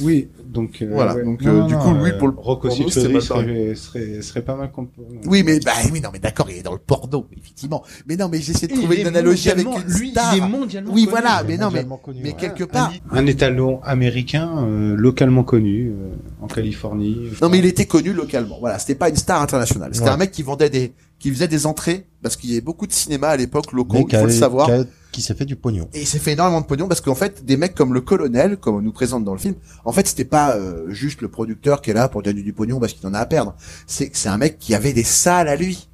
Oui, donc euh,
Voilà,
ouais.
donc,
Non,
euh,
non,
du
non,
coup, lui,
euh,
pour le
Rocco
porno,
Siffredi
c'est pas
serait, serait, serait pas mal qu'on
Oui, mais bah oui, non, mais d'accord, il est dans le porno, effectivement. Mais non, mais j'essaie de
Il
trouver
est
une analogie avec
mondialement-
une
lui, il
star.
est mondialement
Oui,
connu.
voilà,
Il est
Ah, mais non, mais
mondialement connu,
mais
ouais.
quelque part.
Un étalon américain euh, localement connu euh, en Californie.
Non, mais il était connu localement. Voilà, c'était pas une star internationale. C'était
Ouais.
un mec qui vendait des, qui faisait des entrées parce qu'il y avait beaucoup de cinéma à l'époque
Mais
locaux.
qui
Il faut le
avait-
savoir.
qui a- Qui s'est fait du pognon.
Et il s'est fait énormément de pognon parce qu'en fait, des mecs comme le colonel, comme on nous présente dans le film, en fait, c'était pas euh, juste le producteur qui est là pour gagner du pognon parce qu'il en a à perdre. C'est c'est un mec qui avait des salles à lui.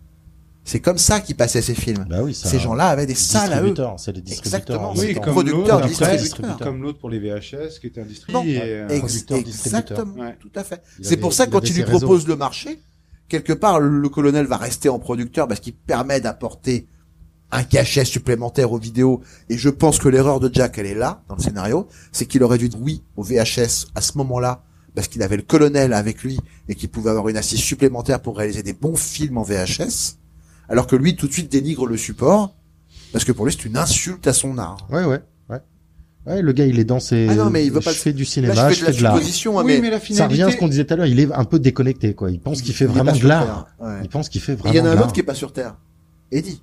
C'est comme ça qu'il passait ses films.
Bah oui,
Ces gens-là avaient des salles à eux.
Distributeurs, c'est les distributeurs.
Exactement.
en
c'est
Oui,
même temps.
comme
producteur,
l'autre, après,
distributeur.
comme l'autre pour les VHS, qui était un
Non,
distributeur. Et, euh,
ex-
producteur, distributeur.
exactement,
Ouais.
tout à fait.
Il
C'est
avait-
pour ça
il
que quand
avait
il lui
ses réseaux.
propose le marché, quelque part, le colonel va rester en producteur parce qu'il permet d'apporter un cachet supplémentaire aux vidéos. Et je pense que l'erreur de Jack, elle est là, dans le scénario, c'est qu'il aurait dû dire oui au VHS à ce moment-là, parce qu'il avait le colonel avec lui et qu'il pouvait avoir une assise supplémentaire pour réaliser des bons films en VHS, alors que lui, tout de suite, dénigre le support, parce que pour lui, c'est une insulte à son art.
Ouais, ouais, ouais. Ouais, le gars, il est dans ses.
Ah non, mais il veut pas
Je
le-
fais du
Là,
cinéma,
je fais
je,
de la
fais de l'art.
supposition, hein, Oui, mais- mais la
Ça revient à
finalité-
ce qu'on disait tout à l'heure. Il est un peu déconnecté, quoi. Il pense qu'il fait
Il est
vraiment
pas
de
sur
l'art.
Terre, ouais.
Il pense qu'il fait
Et Il
vraiment
y en a
de
un
l'art.
autre qui est pas sur Terre. Eddie.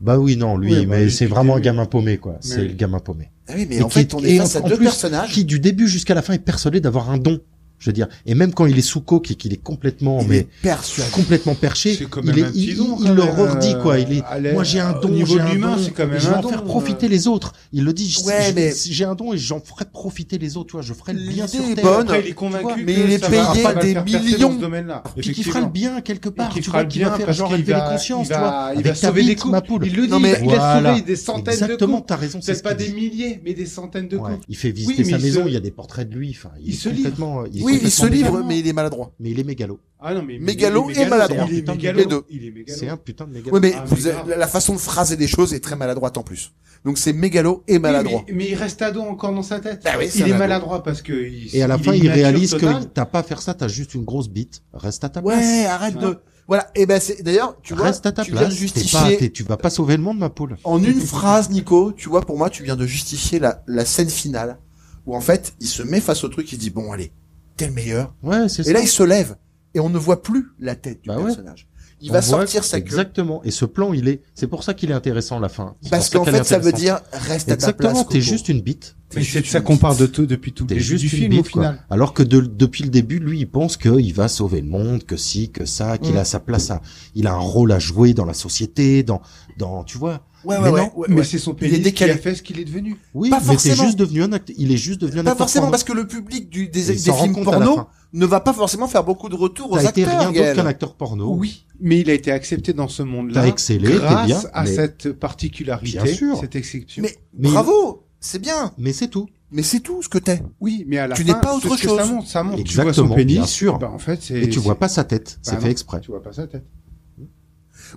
Bah oui, non, lui,
Oui, bah,
mais
lui,
c'est
depuis
vraiment
le
un
début.
gamin paumé, quoi. C'est
oui.
le gamin paumé.
Ah oui, mais
Et
en
qui
fait, on est face à
en
deux personnages.
Qui, du début jusqu'à la fin, est persuadé d'avoir un don. Je veux dire. Et même quand il est sous coke et qu'il est complètement,
Il
mais.
est persuadé.
Complètement perché.
C'est quand
il
même
est,
un
il,
petit don,
il
quand
le
même,
redit,
euh,
quoi. Il est,
à l'air-
moi, j'ai un
au
don,
niveau
j'ai
de
un
l'humain,
don.
c'est quand même
Je vais
un
en faire
don, euh.
profiter les autres. Il le dit, je-
Ouais,
je-
mais-
j'ai un don et j'en ferai profiter les autres, tu vois. Je ferai le bien
L'idée
sur
est
terre.
bonne,
Après, il est
convaincu
mais
que
il est
ça va- ça va le
payé
faire
des
percer dans ce
millions.
domaine-là.
Puis qui fera
Effectivement.
le bien quelque part,
qui
tu
fera
vois,
le
qui
bien
va faire
parce
genre
qu'il
élever les
va-
consciences,
il va-
tu vois,
il
avec
va
ta
sauver des
bite,
couples.
ma poule.
Il le dit,
Non, mais-
il a
Voilà.
sauvé des centaines de
Exactement,
couples.
t'as raison, c'est
Peut-être
ce
pas
qu'il
des
dit.
milliers, mais des centaines de
Ouais.
couples.
Il fait
Oui,
visiter
mais
sa
il
maison,
se-
il y a des portraits de lui. Enfin, il,
Il
est
se
complètement,
livre.
est
Oui, il
complètement
se livre,
mégalo.
mais il est maladroit.
Mais il est mégalo.
Ah non, mais
Mégalo
il est
et maladroit.
Il est mégalo.
Les deux.
Il est mégalo.
C'est un putain de mégalo.
Oui, mais
Ah,
vous
mais
avez-
grave.
la façon de phraser des choses est très maladroite en plus. Donc c'est mégalo et
Oui,
maladroit.
Mais, mais il reste ado encore dans sa tête.
Ah oui, c'est
il
un
est
ado.
maladroit parce que. Il,
Et à la
il
fin,
est
il
immature
réalise
total.
que t'as pas à faire ça, t'as juste une grosse bite. Reste à ta place.
Ouais, arrête de. Voilà. Et ben c'est d'ailleurs, tu vois,
Reste à ta
tu viens de
place. T'es pas,
justifier
t'es- tu vas pas sauver le monde, ma poule.
en une phrase, Nico. Tu vois, pour moi, tu viens de justifier la, la scène finale où en fait, il se met face au truc, il dit bon allez, t'es le meilleur.
Ouais, c'est
Et
ça.
là, il se lève et on ne voit plus la tête du
Bah ouais.
personnage. Il
On
va
voit
sortir sa queue.
Exactement. Et ce plan, il est, c'est pour ça qu'il est intéressant, la fin. C'est
Parce
pour
qu'en
qu'elle est
fait, ça veut dire
intéressante.
reste à ta place.
Exactement, t'es
Coco.
juste une bite.
Mais c'est de ça qu'on parle de tout depuis tout le
T'es
début
juste
du
une
film
bite,
au final.
quoi. Alors que de- depuis le début, lui, il pense qu'il va sauver le monde, que si, que ça, qu'il
Mm.
a sa place à, il a un rôle à jouer dans la société, dans, dans, tu vois.
Ouais, ouais,
mais
ouais,
non.
ouais,
Mais
ouais.
c'est son
Il est
pénis qui
décalé.
a fait ce qu'il est devenu.
Oui,
Pas
mais t'es
forcément.
juste devenu un acteur, il est juste devenu un
Pas
acteur
forcément,
porno.
parce que le public du, des,
Et
des
il s'en rend
films
compte à la
porno
fin.
ne va pas forcément faire beaucoup de retours aux
T'as été
acteurs.
rien d'autre
Gaël.
qu'un acteur porno.
Oui, mais il a été accepté dans ce monde-là.
T'as excellé, t'es
grâce
bien,
à
mais-
cette particularité,
Bien sûr.
cette exception.
Mais,
Mais-
bravo, c'est bien.
Mais c'est tout.
Mais c'est tout ce que t'es.
oui, mais à la
Tu
fin,
n'es pas
c'est
autre
ce que
chose.
Ça monte, ça monte. tu vois
Exactement,
son pénis,
bien sûr.
bah, en fait, c'est.
Et tu vois
c'est-
pas sa tête. C'est
Bah
fait
non,
exprès.
Tu vois pas sa tête.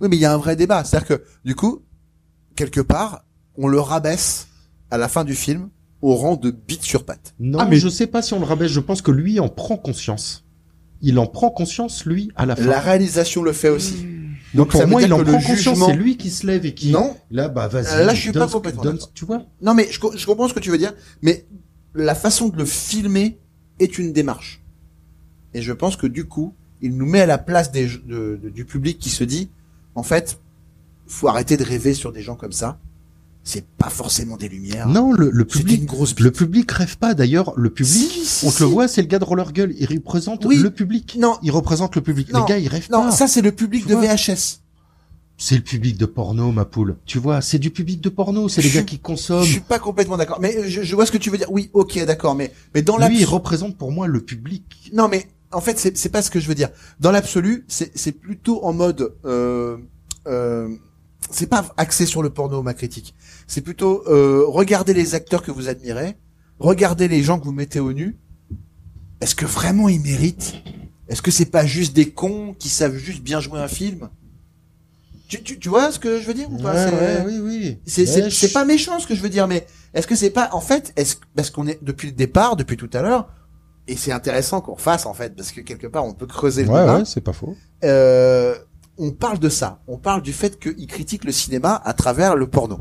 Oui, mais il y a un vrai débat. C'est-à-dire que, du coup, quelque part, on le rabaisse à la fin du film au rang de bite sur patte.
Non,
Ah, mais-
mais je sais pas si on le rabaisse. Je pense que lui en prend conscience. Il en prend conscience, lui, à la fin.
La réalisation le fait aussi.
Donc
ça
pour
veut
moi,
dire
il en
que le
prend conscience.
jugement-
C'est lui qui se lève et qui.
Non.
Là, bah vas-y.
Là, je suis pas
donne ce-
complètement
donne-
d'accord.
Tu vois.
Non, mais je, co- je comprends ce que tu veux dire, mais la façon de le filmer est une démarche. Et je pense que du coup, il nous met à la place des, de- de- du public qui se dit, en fait, faut arrêter de rêver sur des gens comme ça. C'est pas forcément des lumières.
Non, le, le public,
une grosse
le public rêve pas. D'ailleurs, le public, on te le voit, c'est le gars de Roller Gueule. Il représente le public.
Non,
il représente le public.
Non.
Les gars, ils rêvent
Non,
pas.
ça, c'est le public de VHS.
C'est le public de porno, ma poule. Tu vois, c'est du public de porno. C'est les gars qui consomment.
Je suis pas complètement d'accord, mais je, je vois ce que tu veux dire. Oui, ok, d'accord, mais mais dans l'absolu,
Lui, il représente pour moi le public.
Non, mais en fait, c'est c'est pas ce que je veux dire. Dans l'absolu, c'est c'est plutôt en mode. Euh, euh, c'est pas axé sur le porno, ma critique. C'est plutôt euh, regardez les acteurs que vous admirez, regardez les gens que vous mettez au nu. Est-ce que vraiment ils méritent Est-ce que c'est pas juste des cons qui savent juste bien jouer un film tu, tu, tu vois ce que je veux dire ou pas
Ouais,
C'est-
ouais, oui, oui.
C'est- C'est
Ouais,
c'est
je-
pas méchant ce que je veux dire, mais est-ce que c'est pas en fait est-ce parce qu'on est depuis le départ, depuis tout à l'heure, et c'est intéressant qu'on fasse en fait parce que quelque part on peut creuser le débat.
c'est pas faux.
Euh, on parle de ça, on parle du fait qu'il critique le cinéma à travers le porno,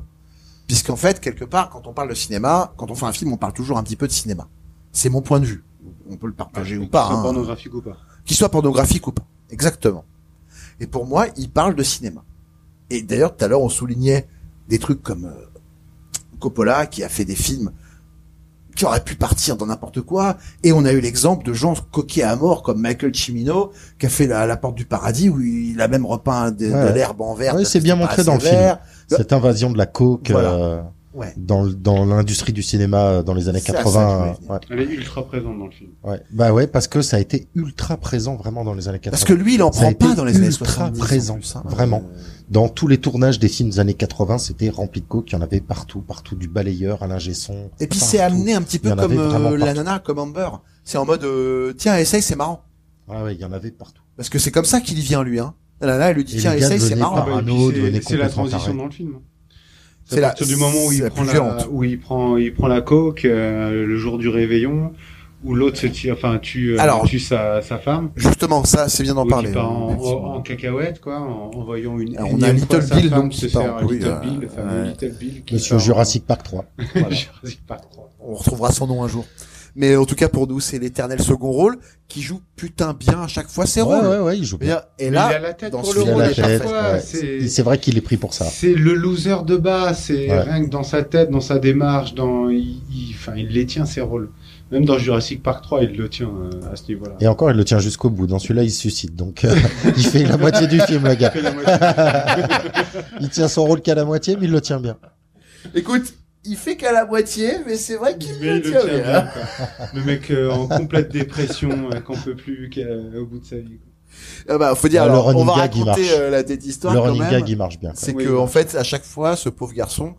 puisqu'en fait quelque part quand on parle de cinéma, quand on fait un film, on parle toujours un petit peu de cinéma. C'est mon point de vue. On peut le partager ou pas.
soit
hein.
pornographique ou pas.
Qu'il soit pornographique ou pas. Exactement. Et pour moi, il parle de cinéma. Et d'ailleurs, tout à l'heure, on soulignait des trucs comme euh, Coppola qui a fait des films qui auraient pu partir dans n'importe quoi. Et on a eu l'exemple de gens coqués à mort comme Michael Cimino qui a fait la, La Porte du Paradis où il a même repeint de, de
Ouais.
l'herbe en vert.
Ouais,
parce
c'est
que
bien
c'était
montré
pas
dans le
assez
film.
vert.
Cette invasion de la coke
Voilà.
euh,
Ouais.
dans le- dans l'industrie du cinéma euh, dans les années
C'est à ça
80.
que je voulais
Ouais.
Elle est ultra présente dans le film.
Ouais. Bah ouais, parce que ça a été ultra présent vraiment dans les années 80.
Parce que lui, il en
Ça a
prend
été
pas dans les années
Ultra
70, en
présent,
plus, hein.
vraiment. Dans tous les tournages des films des années 80, c'était rempli de coke. Il y en avait partout, partout du balayeur à l'ingé son.
Et puis
partout.
c'est amené un petit
Il y
peu
en avait
comme euh,
vraiment
la
partout.
nana, comme Amber. C'est en mode euh, tiens essaye, c'est marrant.
Ah ouais, il y en avait partout.
Parce que c'est comme ça qu'il y vient lui. Hein. La nana, elle lui dit
Et
tiens
les gars
essaye, c'est
devenaient
marrant.
Ah bah, et puis
Arnaud
c'est-
devenait
c'est la
complètement
transition
taré.
dans le film.
C'est
C'est
la-
à partir du moment où
c'est
il
la
prend
plus
la,
violente.
où il prend, il prend la coke euh, le jour du réveillon, où l'autre se tire, enfin tue, euh,
Alors-
tue sa, sa femme.
Justement, ça, c'est bien d'en
Ou
parler.
qui part en,
Effectivement.
en cacahuète, quoi, en, en voyant une.
Alors, on a
énième
Little
fois sa
Bill,
femme
donc,
se
qui part
faire
en- oui,
Little
euh,
Bill, le fameux
ouais.
Little Bill. qui
Monsieur
part en-
Jurassic Park 3.
Voilà.
Jurassic Park 3.
On retrouvera son nom un jour. Mais en tout cas, pour nous, c'est l'éternel second rôle qui joue putain bien à chaque fois ses
Ouais,
rôles.
ouais, ouais, il joue bien.
Et
Mais
là,
il a la tête
dans
pour
ce
le
Il a
film,
rôle,
la
il est
tête,
parfait.
parfois,
ouais.
c'est-
C'est vrai qu'il est pris pour ça.
C'est le loser de base, c'est
Ouais.
rien que dans sa tête, dans sa démarche, dans il, il- enfin, il les tient ses rôles. Même dans Jurassic Park 3, il le tient euh, à ce niveau-là.
Et encore, il le tient jusqu'au bout. Dans celui-là, il se suicide. Donc, euh, il fait la moitié du film, le gars.
Il fait la moitié.
il tient son rôle qu'à la moitié, mais il le tient bien.
Écoute, il fait qu'à la moitié, mais c'est vrai qu'il
Mais
le
il le
tient
tient
bien,
bien,
hein.
quoi. Le mec euh, en complète dépression, euh, qu'on peut plus qu'à- au bout de sa vie. quoi.
Ah bah, faut dire,
Ah, le
alors, on
running
va
gag, il
raconter
marche.
euh, la dette histoire
le
quand
running
même.
gag, il marche bien. quoi.
c'est
Oui,
que
oui.
en fait à chaque fois ce pauvre garçon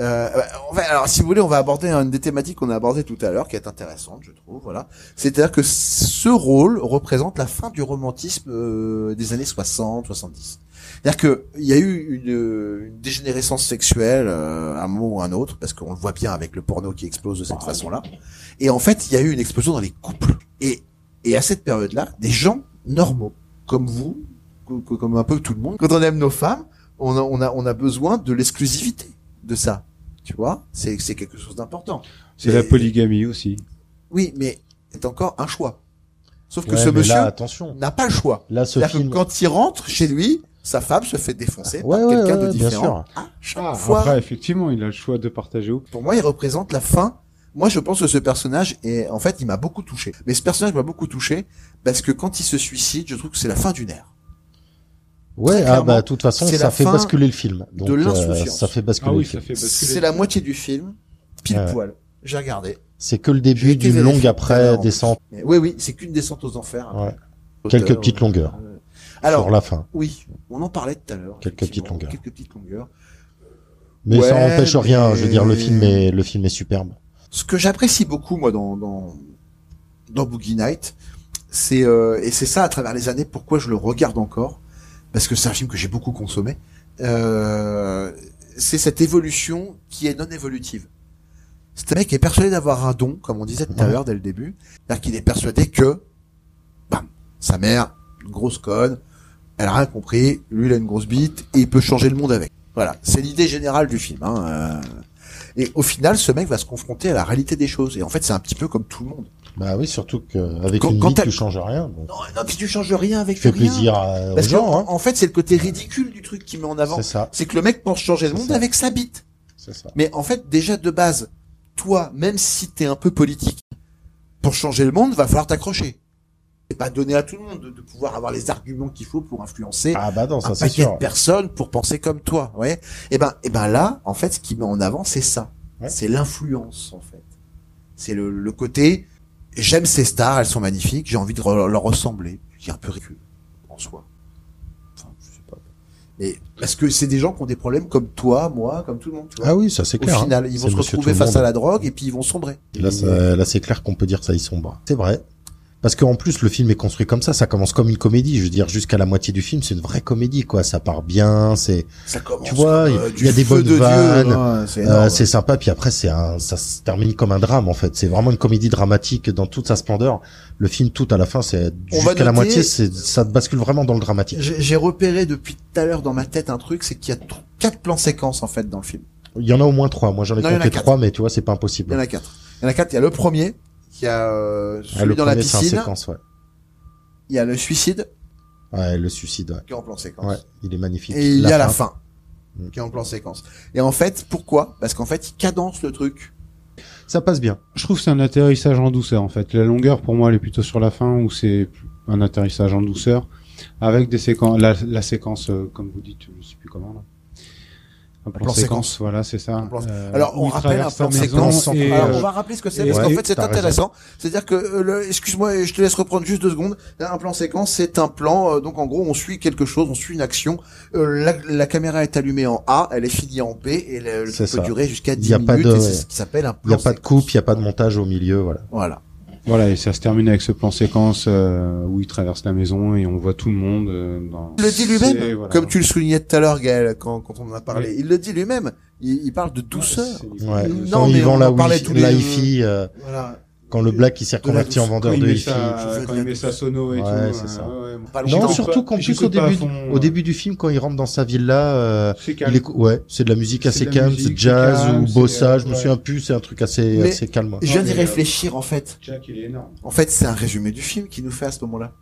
euh, on va- alors si vous voulez on va aborder une des thématiques qu'on a abordées tout à l'heure qui est intéressante je trouve voilà c'est-à-dire que ce rôle représente la fin du romantisme euh, des années 60 70 c'est-à-dire que il y a eu une, une dégénérescence sexuelle euh, à un moment ou à un autre parce qu'on le voit bien avec le porno qui explose de cette façon-là et en fait il y a eu une explosion dans les couples et et à cette période-là des gens normaux comme vous co- co- comme un peu tout le monde quand on aime nos femmes on a, on a, on a besoin de l'exclusivité de ça. Tu vois, c'est c'est quelque chose d'important.
C'est la polygamie aussi.
Oui, mais c'est encore un choix. Sauf que
Ouais,
ce
mais
monsieur
là, attention.
n'a pas le choix.
Là, ce
C'est-à-dire que
film.
quand il rentre chez lui, sa femme se fait défoncer
Ouais,
par
ouais,
quelqu'un
ouais,
de
bien
différent.
sûr.
À chaque fois.
Ah, Après, effectivement, il a le choix de partager ou
Pour moi, il représente la fin. Moi, je pense que ce personnage est, en fait, il m'a beaucoup touché. Mais ce personnage m'a beaucoup touché parce que quand il se suicide, je trouve que c'est la fin d'une ère.
Ouais, ah
clairement,
bah, de toute façon,
c'est
ça
la
fait
fin
basculer le film. Donc,
de
euh,
l'insouciance.
ça fait basculer
Ah oui,
le
ça
film.
fait basculer.
C'est la moitié du film, pile
Ouais.
poil. J'ai regardé.
C'est que le
J'ai
début
été
d'une
vérifier tout
longue
à l'heure,
après
en
descente.
Mais oui, oui, c'est qu'une descente aux enfers.
Ouais.
Auteur,
Quelques petites
euh,
longueurs.
euh,
Sur
Alors,
la fin.
oui, on en parlait tout à l'heure.
Quelques petites
effectivement,
longueurs.
Quelques petites longueurs.
Mais ça
Ouais,
n'empêche rien. Je veux dire, le
mais-
film est, le film est superbe.
Ce que j'apprécie beaucoup, moi, dans, dans, dans Boogie Night, c'est, euh, et c'est ça à travers les années, pourquoi je le regarde encore, parce que c'est un film que j'ai beaucoup consommé, euh, c'est cette évolution qui est non évolutive. C'est un mec qui est persuadé d'avoir un don, comme on disait tout à
Ouais.
l'heure dès le début, c'est-à-dire qu'il est persuadé que, bam, sa mère, une grosse conne, elle a rien compris, lui il a une grosse bite, et il peut changer le monde avec. Voilà, c'est l'idée générale du film. Hein. euh. Et au final, ce mec va se confronter à la réalité des choses. Et en fait, c'est un petit peu comme tout le monde.
Bah oui, surtout qu'avec
Quand-
une
quand
vie,
t'as-
tu changes rien. bon.
Non, puis tu changes rien avec
Fais
rien.
plaisir à- aux
Parce que,
gens, hein.
En fait, c'est le côté ridicule du truc qui met en avant.
C'est ça.
C'est que le mec pense changer le monde avec sa bite.
C'est ça.
Mais en fait, déjà de base, toi, même si t'es un peu politique, pour changer le monde, va falloir t'accrocher. C'est pas donné à tout le monde de, de pouvoir avoir les arguments qu'il faut pour influencer
ah bah non, ça,
un
c'est
paquet
sûr.
de personnes pour penser comme toi. vous voyez et ben, et ben là, en fait, ce qui met en avant, c'est ça. C'est l'influence, en fait. C'est le, le côté, j'aime ces stars, elles sont magnifiques, j'ai envie de re- leur ressembler. Qui est un peu ridicule, en soi. Enfin, je sais pas. Mais parce que c'est des gens qui ont des problèmes comme toi, moi, comme tout le monde. tu vois.
Ah oui, ça, c'est
Au
clair, hein.
final, ils vont
C'est
se
monsieur
retrouver
tout le
face
monde.
à la drogue et puis ils vont sombrer.
Là, ça- là, c'est clair qu'on peut dire ça, ils sont bas. C'est vrai. Parce qu'en plus, le film est construit comme ça. Ça commence comme une comédie. Je veux dire, jusqu'à la moitié du film, c'est une vraie comédie, quoi. Ça part bien. C'est.
Ça commence
Tu vois,
comme,
il
euh,
il y a
du
des
feu
bonnes
de Dieu,
vannes.
hein, c'est
Euh,
énorme.
c'est sympa. Puis après, c'est un. Ça se termine comme un drame, en fait. C'est vraiment une comédie dramatique dans toute sa splendeur. Le film, tout à la fin, c'est
On va
jusqu'à la
noter-
moitié, c'est ça bascule vraiment dans le dramatique.
J'ai j'ai repéré depuis tout à l'heure dans ma tête un truc, c'est qu'il y a tr- quatre plans séquences en fait dans le film.
Il y en a au moins trois. Moi, j'en ai
Non, il y en a
compté
quatre.
trois, mais tu vois, c'est pas
Il y en
impossible.
a quatre. Il y en a quatre. Il y a le premier, il y a euh, celui
Ah, le
dans la
premier, c'est en
piscine,
séquence, ouais.
il y a le suicide
Ouais, le suicide. Ouais.
qui est en plan séquence.
Ouais, Mm. il est magnifique.
Et il y a la fin qui est en plan séquence. Et en fait, pourquoi Parce qu'en fait, il cadence le truc.
Ça passe bien.
Je trouve que c'est un atterrissage en douceur en fait. La longueur pour moi elle est plutôt sur la fin où c'est un atterrissage en douceur avec des séquences, la, la séquence euh, comme vous dites, je sais plus comment là. Un plan,
plan
séquence,
séquence.
voilà c'est ça. Euh,
Alors,
où
on
il
rappelle un
traverse sa
plan
maison
séquence.
et,
Alors,
euh,
on va rappeler ce que c'est,
et-
parce qu'en
ouais,
fait, c'est
t'as raison.
intéressant. C'est-à-dire que, euh, le- excuse-moi, je te laisse reprendre juste deux secondes. Un plan séquence, c'est un plan, euh, donc en gros, on suit quelque chose, on suit une action. Euh, la, la caméra est allumée en A, elle est finie en B, et le, le
C'est
truc peut
ça.
durer jusqu'à 10
Il y a
minutes,
pas de-
et c'est ce qui s'appelle un
Il n'y
plan
a pas de
séquence.
coupe, il n'y a pas de montage au milieu, voilà.
Voilà.
Voilà et ça se termine avec ce plan séquence euh, où il traverse la maison et on voit tout le monde. euh, dans-
Il le
C'est-
dit lui-même,
voilà.
comme tu le soulignais tout à l'heure, Gaël, quand, quand on en a parlé. Il le dit lui-même. Il, il parle de douceur.
Ouais.
Non,
quand
mais
ils
on
vendent
en
la
parlait
wi
tous les-
hi
Voilà.
quand le black il s'est
De la
reconverti en
douce-
vendeur
quand
de
il met
hi-fi.
sa, quand il met sa sono et
Ouais,
tout.
c'est
euh,
ça.
ouais, bon.
Non,
J'écoute
surtout
pas-
qu'en plus
j'écoute
au
pas à
début,
fond,
au
euh,
début du film, quand il rentre dans sa villa, euh,
C'est calme.
il est, ouais, c'est de la musique
C'est
assez
de la
calme,
musique,
c'est jazz
c'est calme,
ou bossa,
c'est, euh,
je me
ouais.
souviens plus, c'est un truc assez,
Mais
assez calme. ouais.
Je viens d'y
mais, euh,
réfléchir, en fait.
Jack il est énorme.
En fait, c'est un résumé du film qu'il nous fait à ce moment-là.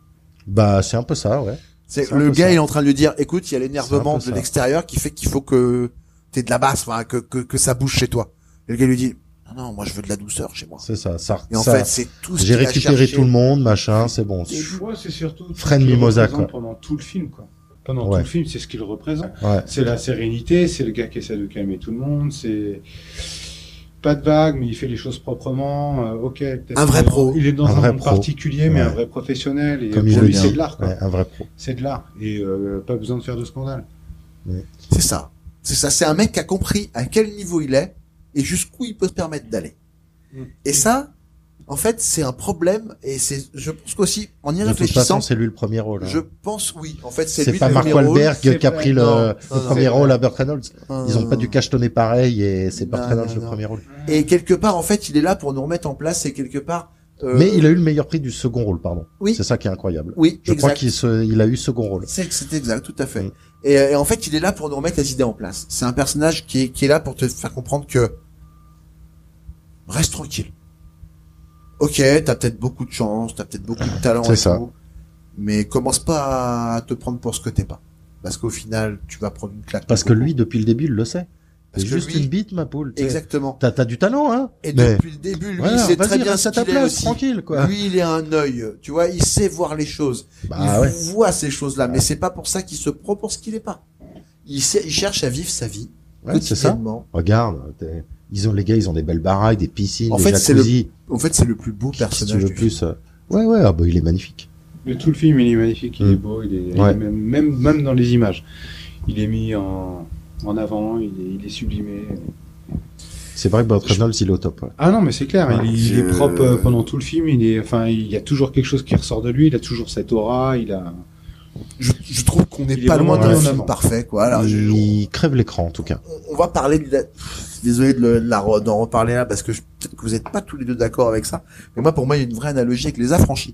Bah, c'est un peu ça, ouais.
C'est
C'est un
le
peu
gars,
ça.
il est en train de lui dire, écoute, il y a
C'est
l'énervement
un peu
de
ça.
l'extérieur qui fait qu'il faut que t'aies de la basse, enfin, que, que, que ça bouge chez toi. Et le gars lui dit, non, non, moi je veux de la douceur chez moi.
C'est ça, ça.
Et en
ça-
fait, c'est tout ce
J'ai
qu'il va
récupéré
chercher.
tout le monde, machin, c'est bon.
Et tu vois, c'est surtout
Fred
ce qu'il
Mimosa,
représente
quoi.
pendant tout le film quoi. Pendant
Ouais.
tout le film, c'est ce qu'il représente.
Ouais.
C'est la sérénité, c'est le gars qui essaie de calmer tout le monde, c'est pas de vague, mais il fait les choses proprement. euh, ok, peut-être
Un vrai
qu'il est
pro.
dans- Il est dans
Un
un,
vrai
monde
pro.
particulier, mais
Ouais.
un vrai professionnel. Et euh,
Comme
pour
il le
lui,
dit, hein.
c'est de l'art. quoi.
ouais, un vrai pro.
C'est de l'art et euh, pas besoin de faire de scandale.
C'est ça. C'est ça. C'est un mec qui a compris à quel niveau il est et jusqu'où il peut se permettre d'aller.
Mm.
Et ça, en fait, c'est un problème et c'est, je pense qu'aussi, en y
De toute façon,
réfléchissant,
c'est lui le premier rôle. hein.
je pense oui. En fait, c'est
C'est
lui
pas
le
Mark
premier rôle.
c'est
Wahlberg qui a
vrai.
pris le,
Non,
le
non,
premier
c'est
rôle à Burt Reynolds.
Non,
Ils ont
non,
pas dû
non.
cachetonner pareil et c'est
Non,
Burt Reynolds
non,
le
non.
premier rôle.
Et quelque part, en fait, il est là pour nous remettre en place et quelque part. euh,
Mais il a eu le meilleur prix du second rôle, pardon.
Oui.
C'est ça qui est incroyable.
Oui,
Je
exact.
crois qu'il se, il a eu second rôle.
C'est c'est exact, tout à fait.
Mm.
Et, euh, et en fait, il est là pour nous remettre les idées en place. C'est un personnage qui est, qui est là pour te faire comprendre que reste tranquille. Ok, t'as peut-être beaucoup de chance, t'as peut-être beaucoup de talent.
C'est
et
ça.
tout, mais commence pas à te prendre pour ce que t'es pas, parce qu'au final, tu vas prendre une claque.
Parce que lui, depuis le début, il le sait.
Parce
C'est
que
juste
lui-
une bite, ma poule. t'sais.
exactement.
T'as, t'as du talent, hein.
Et
Mais-
depuis le début, lui,
Voilà,
il sait
vas-y,
très bien
reste
ce
à ta
qu'il est
place,
aussi.
tranquille, quoi.
Lui, il a un œil, tu vois, il sait voir les choses.
Bah
il
ouais.
voit ces choses-là, mais c'est pas pour ça qu'il se prend pour ce qu'il est pas. Il, sait, il cherche à vivre sa vie
Ouais, c'est ça.
quotidiennement.
Regarde, t'es- ils ont, les gars, ils ont des belles baraques, des piscines,
En
des
fait, c'est le
jacuzzis.
En fait, c'est le plus beau
Qu'est-ce que tu
personnage.
veux
du film.
plus? euh Ouais, ouais, ah bah, il est magnifique.
Mais tout le film, il est magnifique, il
Mm.
est beau, il est, il
Ouais.
est même, même même dans les images, il est mis en en avant, il est, il est sublimé.
C'est vrai que Burt Reynolds, il est au top, ouais.
Ah non, mais c'est clair,
Ouais,
il, il
je-
est propre euh, pendant tout le film, il est, enfin, il y a toujours quelque chose qui ressort de lui, il a toujours cette aura, il a.
Je, je trouve qu'on
Il
n'est
est
pas loin
vraiment
d'un
en
film
avant.
parfait, quoi. Alors, je-
il crève l'écran, en tout cas.
on, on va parler de la... Pff, Désolé de, le- de la re- d'en reparler là parce que je- peut-être que vous n'êtes pas tous les deux d'accord avec ça. Mais moi, pour moi, il y a une vraie analogie avec les affranchis.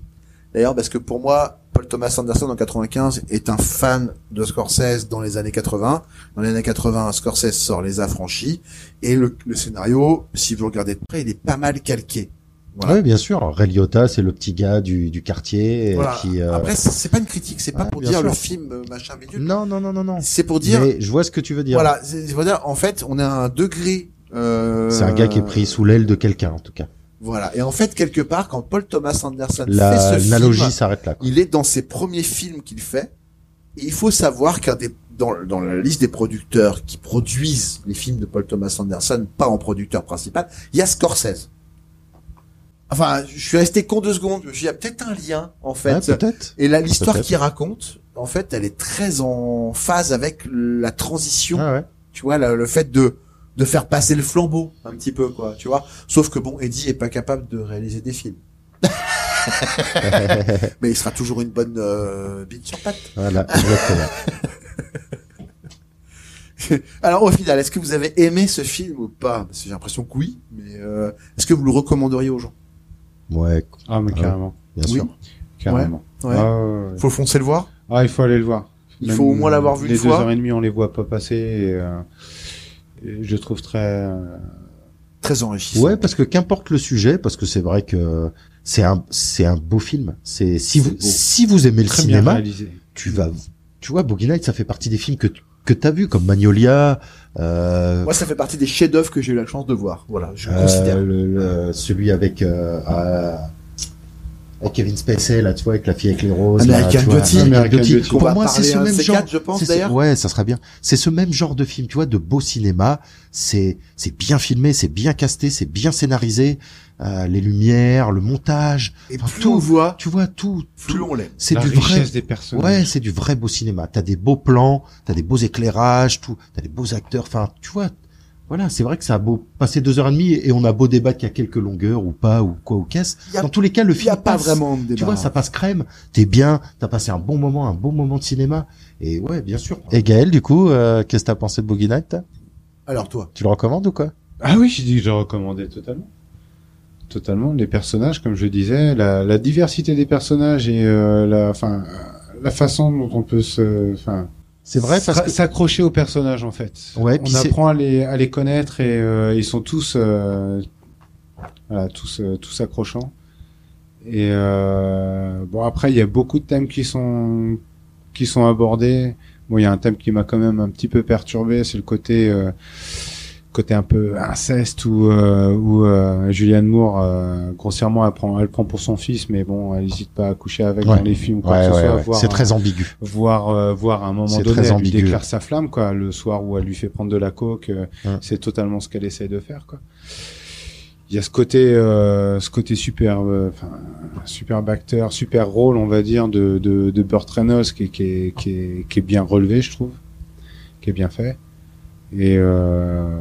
D'ailleurs, parce que pour moi, Paul Thomas Anderson en 95 est un fan de Scorsese dans les années 80. Dans les années 80, Scorsese sort Les Affranchis et le, le scénario, si vous regardez de près, il est pas mal calqué.
Oui, bien sûr. Ray Liotta, c'est le petit gars du, du quartier euh,
Voilà.
qui. euh,
Après, c'est c'est pas une critique, c'est pas
ouais,
pour
bien
dire
sûr.
le film euh, machin bidule.
Non, non, non, non, non.
C'est pour dire.
Mais euh, je vois ce que tu veux dire.
Voilà, c'est- c'est pour dire, en fait, on a un degré. euh,
C'est un gars qui est pris sous l'aile de quelqu'un, en tout cas.
Voilà. Et en fait, quelque part, quand Paul Thomas Anderson
La-
fait ce film,
l'analogie s'arrête là, quoi.
Il est dans ses premiers films qu'il fait. Et il faut savoir qu'un des dans, dans la liste des producteurs qui produisent les films de Paul Thomas Anderson, pas en producteur principal, il y a Scorsese. Enfin, je suis resté con deux secondes. Je me suis dit, il y a peut-être un lien, en fait.
Ouais, Ah, peut-être.
Et là, l'histoire
Peut-être.
qu'il raconte, en fait, elle est très en phase avec la transition.
Ah
Tu vois, le, le fait de de faire passer le flambeau un petit peu, quoi. Tu vois. Sauf que bon, Eddie est pas capable de réaliser des films. Mais il sera toujours une bonne euh, bite sur patte.
Voilà, exactement.
Alors au final, est-ce que vous avez aimé ce film ou pas Parce que J'ai l'impression que oui, mais euh, est-ce que vous le recommanderiez aux gens
Ouais.
Ah, mais carrément.
Bien sûr. Ah
Oui.
Carrément.
Ouais. Ouais. Faut foncer le voir
Ah, il faut aller le voir.
Il faut au moins l'avoir vu
les
une fois.
deux heures et demie, on les voit pas passer. Et, euh, et je trouve très. euh,
Très enrichissant.
Ouais, parce que qu'importe le sujet, parce que c'est vrai que c'est un, c'est un beau film. C'est si vous,
beau.
si vous aimez le
Très bien
cinéma,
réalisé.
tu vas, tu vois, Boogie Nights, ça fait partie des films que tu- que t'as vu comme Magnolia, euh,
Moi, ça fait partie des chefs-d'œuvre que j'ai eu la chance de voir. Voilà, je
euh,
considère.
le- le- celui avec euh, euh, avec Kevin Spacey là, tu vois, avec la fille avec les roses, là,
American
tu vois,
Beauty.
American
American
Beauty.
Beauty.
Pour
Qu'on
moi,
va
c'est ce
parler un de
même
ces
genre.
quatre, je pense,
c'est ce-
d'ailleurs.
Ouais, ça sera bien. C'est ce même genre de film, tu vois, de beau cinéma. C'est c'est bien filmé, c'est bien casté, c'est bien scénarisé. Euh, les lumières, le montage,
Et
enfin,
plus
tout.
on voit,
tu vois tout.
plus on l'aime.
C'est
La
du
richesse
vrai.
des personnages.
Ouais, c'est du vrai beau cinéma. T'as des beaux plans, t'as des beaux éclairages, tout. T'as des beaux acteurs. Enfin, tu vois. Voilà, c'est vrai que ça a beau passer deux heures et demie et on a beau débattre qu'il y a quelques longueurs ou pas ou quoi ou qu'est-ce.
Y a-
Dans tous les cas, le
y a
film
pas
passe.
vraiment de
Tu
débat.
vois,
hein.
ça passe crème. T'es bien. T'as passé un bon moment, un bon moment de cinéma. Et ouais, bien sûr. Et Gaël, du coup, euh, qu'est-ce que t'as pensé de Boogie Night toi
Alors toi,
Tu le recommandes ou quoi
Ah oui, j'ai dit que je le recommandais totalement. Totalement. Les personnages, comme je disais, la, la diversité des personnages et euh, la, enfin, euh, la façon dont on peut se, enfin,
C'est vrai, parce
s'accro-
que-
s'accrocher aux personnages en fait.
Ouais, puis
On
c'est-
apprend à les, à les connaître et euh, ils sont tous, euh, voilà, tous, euh, tous accrochants. Et euh, bon, après, il y a beaucoup de thèmes qui sont, qui sont abordés. Bon, il y a un thème qui m'a quand même un petit peu perturbé, c'est le côté, euh, côté un peu inceste où, euh, où euh, Julianne Moore, euh, grossièrement, elle prend, elle prend pour son fils, mais bon, elle n'hésite pas à coucher avec
Ouais.
dans les films ou quoi
Ouais,
que ce
ouais,
soit. hein.
ouais.
voire, euh,
C'est très ambigu.
voir euh, voir à un moment
C'est
donné
très
elle lui
ambigu.
déclare sa flamme quoi le soir où elle lui fait prendre de la coke euh,
Hum.
c'est totalement ce qu'elle essaie de faire quoi il y a ce côté euh, ce côté superbe euh, enfin superbe acteur super rôle on va dire de de, de Burt Reynolds qui, est- qui est qui est qui est bien relevé je trouve qui est bien fait et euh,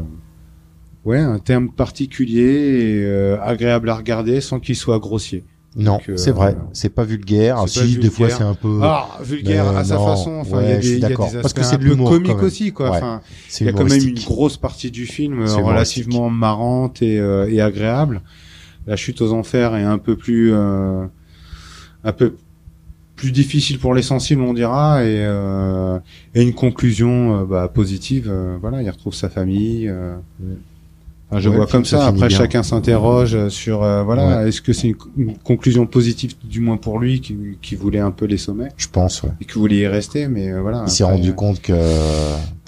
ouais un terme particulier et euh, agréable à regarder sans qu'il soit grossier
Non,
Donc, euh,
c'est vrai. C'est pas vulgaire. Ah,
c'est
si,
pas
des
vulgaire.
fois, c'est un peu.
Ah, vulgaire
Mais
à sa
non,
façon. Enfin, il y
ouais,
a
je
des,
suis
il y a des
d'accord.
aspects
Parce que c'est
un
de
peu
l'humour, quand
comique
même.
aussi, quoi.
Ouais.
Enfin,
C'est
il y a quand même une
humoristique.
grosse partie du film euh,
C'est
relativement marrante et, euh, et agréable. La chute aux enfers est un peu plus, euh, un peu plus difficile pour les sensibles, on dira, et, euh, et une conclusion euh, bah, positive. euh, voilà, il retrouve sa famille. euh. Enfin, je
Ouais,
vois
puis
comme
ça
ça.
finit
Après,
bien.
chacun s'interroge euh, sur, euh, voilà, est-ce que c'est une, une conclusion positive, du moins pour lui, qui, qui voulait un peu les sommets
Je pense. ouais.
et que vous voulez y rester, mais euh, voilà.
Il s'est
après,
rendu
euh,
compte que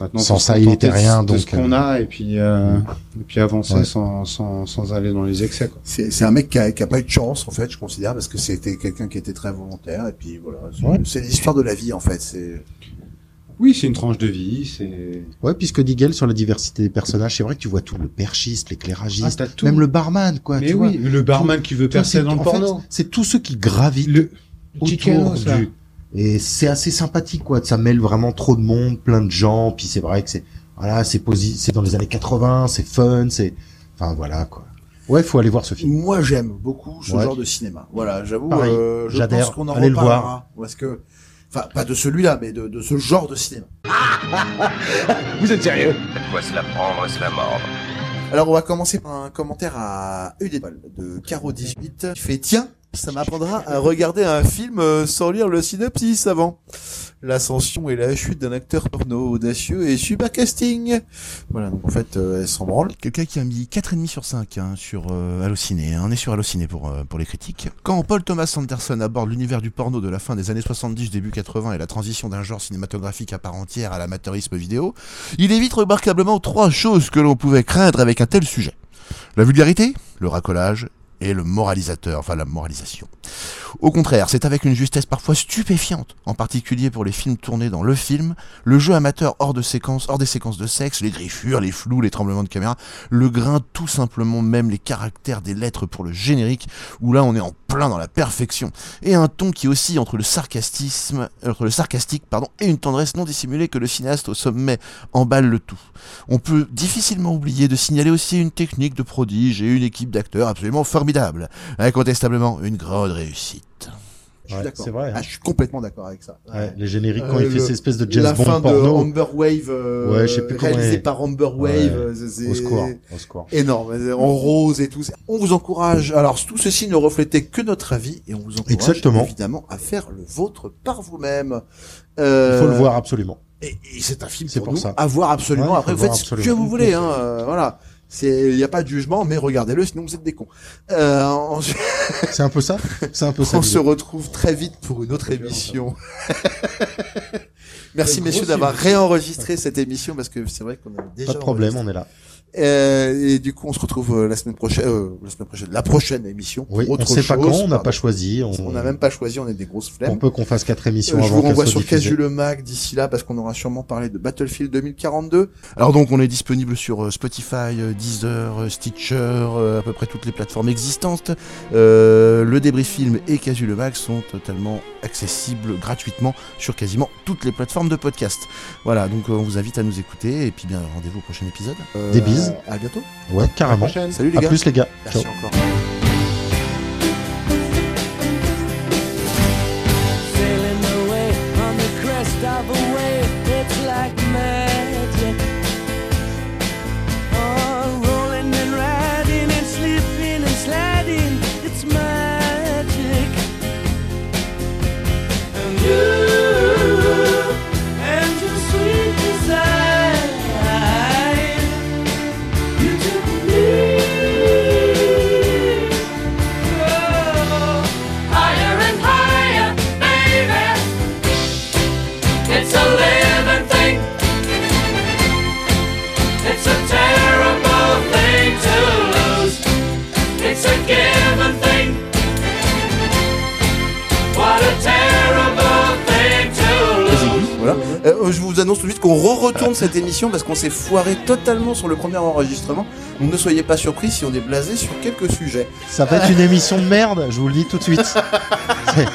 maintenant,
sans
faut se
ça, il
contenter
était
de-
rien.
de
donc Mm.
ce qu'on a et puis euh, et puis avancer
Ouais.
sans, sans sans aller dans les excès. Quoi.
c'est c'est un mec qui a, qui a pas eu de chance, en fait, je considère, parce que c'était quelqu'un qui était très volontaire. Et puis voilà, c'est
Ouais.
c'est l'histoire de la vie, en fait. C'est
Oui, c'est une tranche de vie, c'est.
Ouais, puisque Digel sur la diversité des personnages, c'est vrai que tu vois tout le perchiste, l'éclairagiste,
Ah, t'as tout.
même le barman, quoi.
Mais
tu
oui,
vois.
le barman qui veut
Tu vois,
percer
c'est-
dans le
en fait,
porno.
C'est tous ceux qui gravitent
Le
autour
Chicanos, là.
du. Et c'est assez sympathique, quoi. Ça mêle vraiment trop de monde, plein de gens. Puis c'est vrai que c'est voilà, c'est posi... c'est dans les années 80, c'est fun, c'est enfin voilà quoi. Ouais, faut aller voir ce film.
moi j'aime beaucoup ce
Ouais.
genre de cinéma. Voilà, j'avoue,
Pareil,
euh, je
j'adhère.
pense qu'on en
Allez le voir.
reparlera. Parce que, enfin, pas de celui-là, mais de, de ce genre de cinéma.
Vous êtes sérieux De quoi se la prendre et se la mordre.
Alors on va commencer par un commentaire à Udépal de Caro18 qui fait Tiens,
Ça m'apprendra à regarder un film euh, sans lire le synopsis avant. L'ascension et la chute d'un acteur porno audacieux et super casting. Voilà, donc en fait, euh, elle s'en branle.
Quelqu'un qui a mis 4,5 sur 5 hein, sur euh, Allociné. hein. On est sur Allociné pour, euh, pour les critiques. Quand Paul Thomas Anderson aborde l'univers du porno de la fin des années 70, début 80 et la transition d'un genre cinématographique à part entière à l'amateurisme vidéo, il évite remarquablement trois choses que l'on pouvait craindre avec un tel sujet. La vulgarité, le racolage et le moralisateur, enfin la moralisation. Au contraire, c'est avec une justesse parfois stupéfiante, en particulier pour les films tournés dans le film, le jeu amateur hors de séquence, hors des séquences de sexe, les griffures, les flous, les tremblements de caméra, le grain tout simplement même les caractères des lettres pour le générique, où là on est en plein dans la perfection, et un ton qui oscille entre le sarcastisme, entre le sarcastique pardon, et une tendresse non dissimulée que le cinéaste au sommet emballe le tout. On peut difficilement oublier de signaler aussi une technique de prodige et une équipe d'acteurs absolument formidable, incontestablement une grande réussite.
Je suis d'accord.
c'est vrai, hein.
Ah, je suis complètement d'accord avec ça.
Ouais, les génériques, quand
Euh,
il
le-
fait cette espèce de James
la
Bond
fin
porno.
de Amber Wave, euh,
Ouais, je sais plus comment
réalisé
elle-
par Amber Wave,
Ouais.
euh, c'est- c'est
Au secours, au secours.
Énorme, euh, en rose et tout. C'est- On vous encourage. Alors tout ceci ne reflétait que notre avis et on vous encourage
Exactement.
évidemment à faire le vôtre par vous-même. Euh,
Il faut le voir absolument.
Et, et c'est un film
C'est
pour,
pour
nous
ça.
à voir absolument.
Ouais,
Après,
faut
vous faites
voir
ce que
absolument.
vous voulez. Hein, euh, voilà. C'est, il n'y a pas de jugement, mais regardez-le, sinon vous êtes des cons. Euh, ensuite-
C'est un peu ça. C'est un peu ça.
on
l'idée.
se retrouve très vite pour une autre émission. Merci
Quel
messieurs
gros
d'avoir
film.
réenregistré cette émission parce que c'est vrai qu'on a déjà.
Pas de problème,
enregistré.
on est là.
Euh, et du coup, on se retrouve euh, la semaine prochaine, euh, la semaine prochaine, la prochaine émission. pour
Oui, on
autre
sait pas
chose.
quand, on n'a
Pardon.
pas choisi. On,
On n'a même pas choisi, on est des grosses flemmes.
on peut qu'on fasse quatre émissions
Euh, je
avant
vous
qu'elles
renvoie
soient
sur
diffusées.
Casu le Mag d'ici là parce qu'on aura sûrement parlé de Battlefield 2042.
Alors donc on est disponible sur euh, Spotify, euh, Deezer, euh, Stitcher, euh, à peu près toutes les plateformes existantes. Euh, le débrief film et Casu le Mag sont totalement accessibles gratuitement sur quasiment toutes les plateformes de podcast. Voilà, donc euh, on vous invite à nous écouter et puis bien rendez-vous au prochain épisode.
Euh,
Des bises.
À bientôt.
Ouais, carrément.
prochaine. Salut les gars.
À plus les gars.
Merci
Ciao.
encore.
Sailing away on the crest of a wave, it's like magic. Oh, rolling and riding and slipping and sliding, it's magic. And you and your sweet desire, you took me. Oh. Higher and higher, baby. It's a living thing. It's a terrible thing to lose. It's a given thing. What a terrible thing to lose.
Voilà. Euh, je vous annonce tout de suite qu'on re-retourne cette émission parce qu'on s'est foiré totalement sur le premier enregistrement. Donc ne soyez pas surpris si on est blasé sur quelques sujets.
Ça va être une émission de merde, je vous le dis tout de suite. C'est-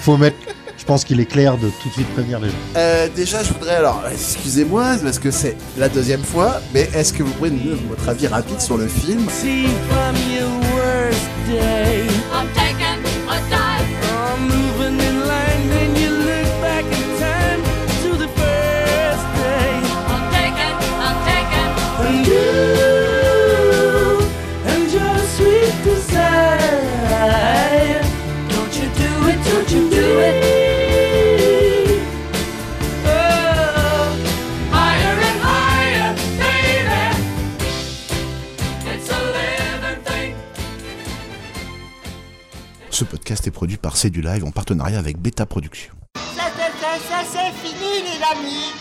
Faut mettre. Je pense qu'il est clair de tout de suite prévenir les gens.
Euh, déjà, je voudrais alors, excusez-moi parce que c'est la deuxième fois, mais est-ce que vous pouvez nous donner votre avis rapide sur le film
See from your worst day. I'm taking a dive. I'm moving in line, then you look back in time to the first day. I'm taking, I'm taking. And you and your sweet desire. Don't you do it, don't you do it. Oh, higher and higher, baby. It's a living thing.
Ce podcast est produit par C'est du Live en partenariat avec Beta Productions.
Ça, ça, ça, ça, c'est fini les amis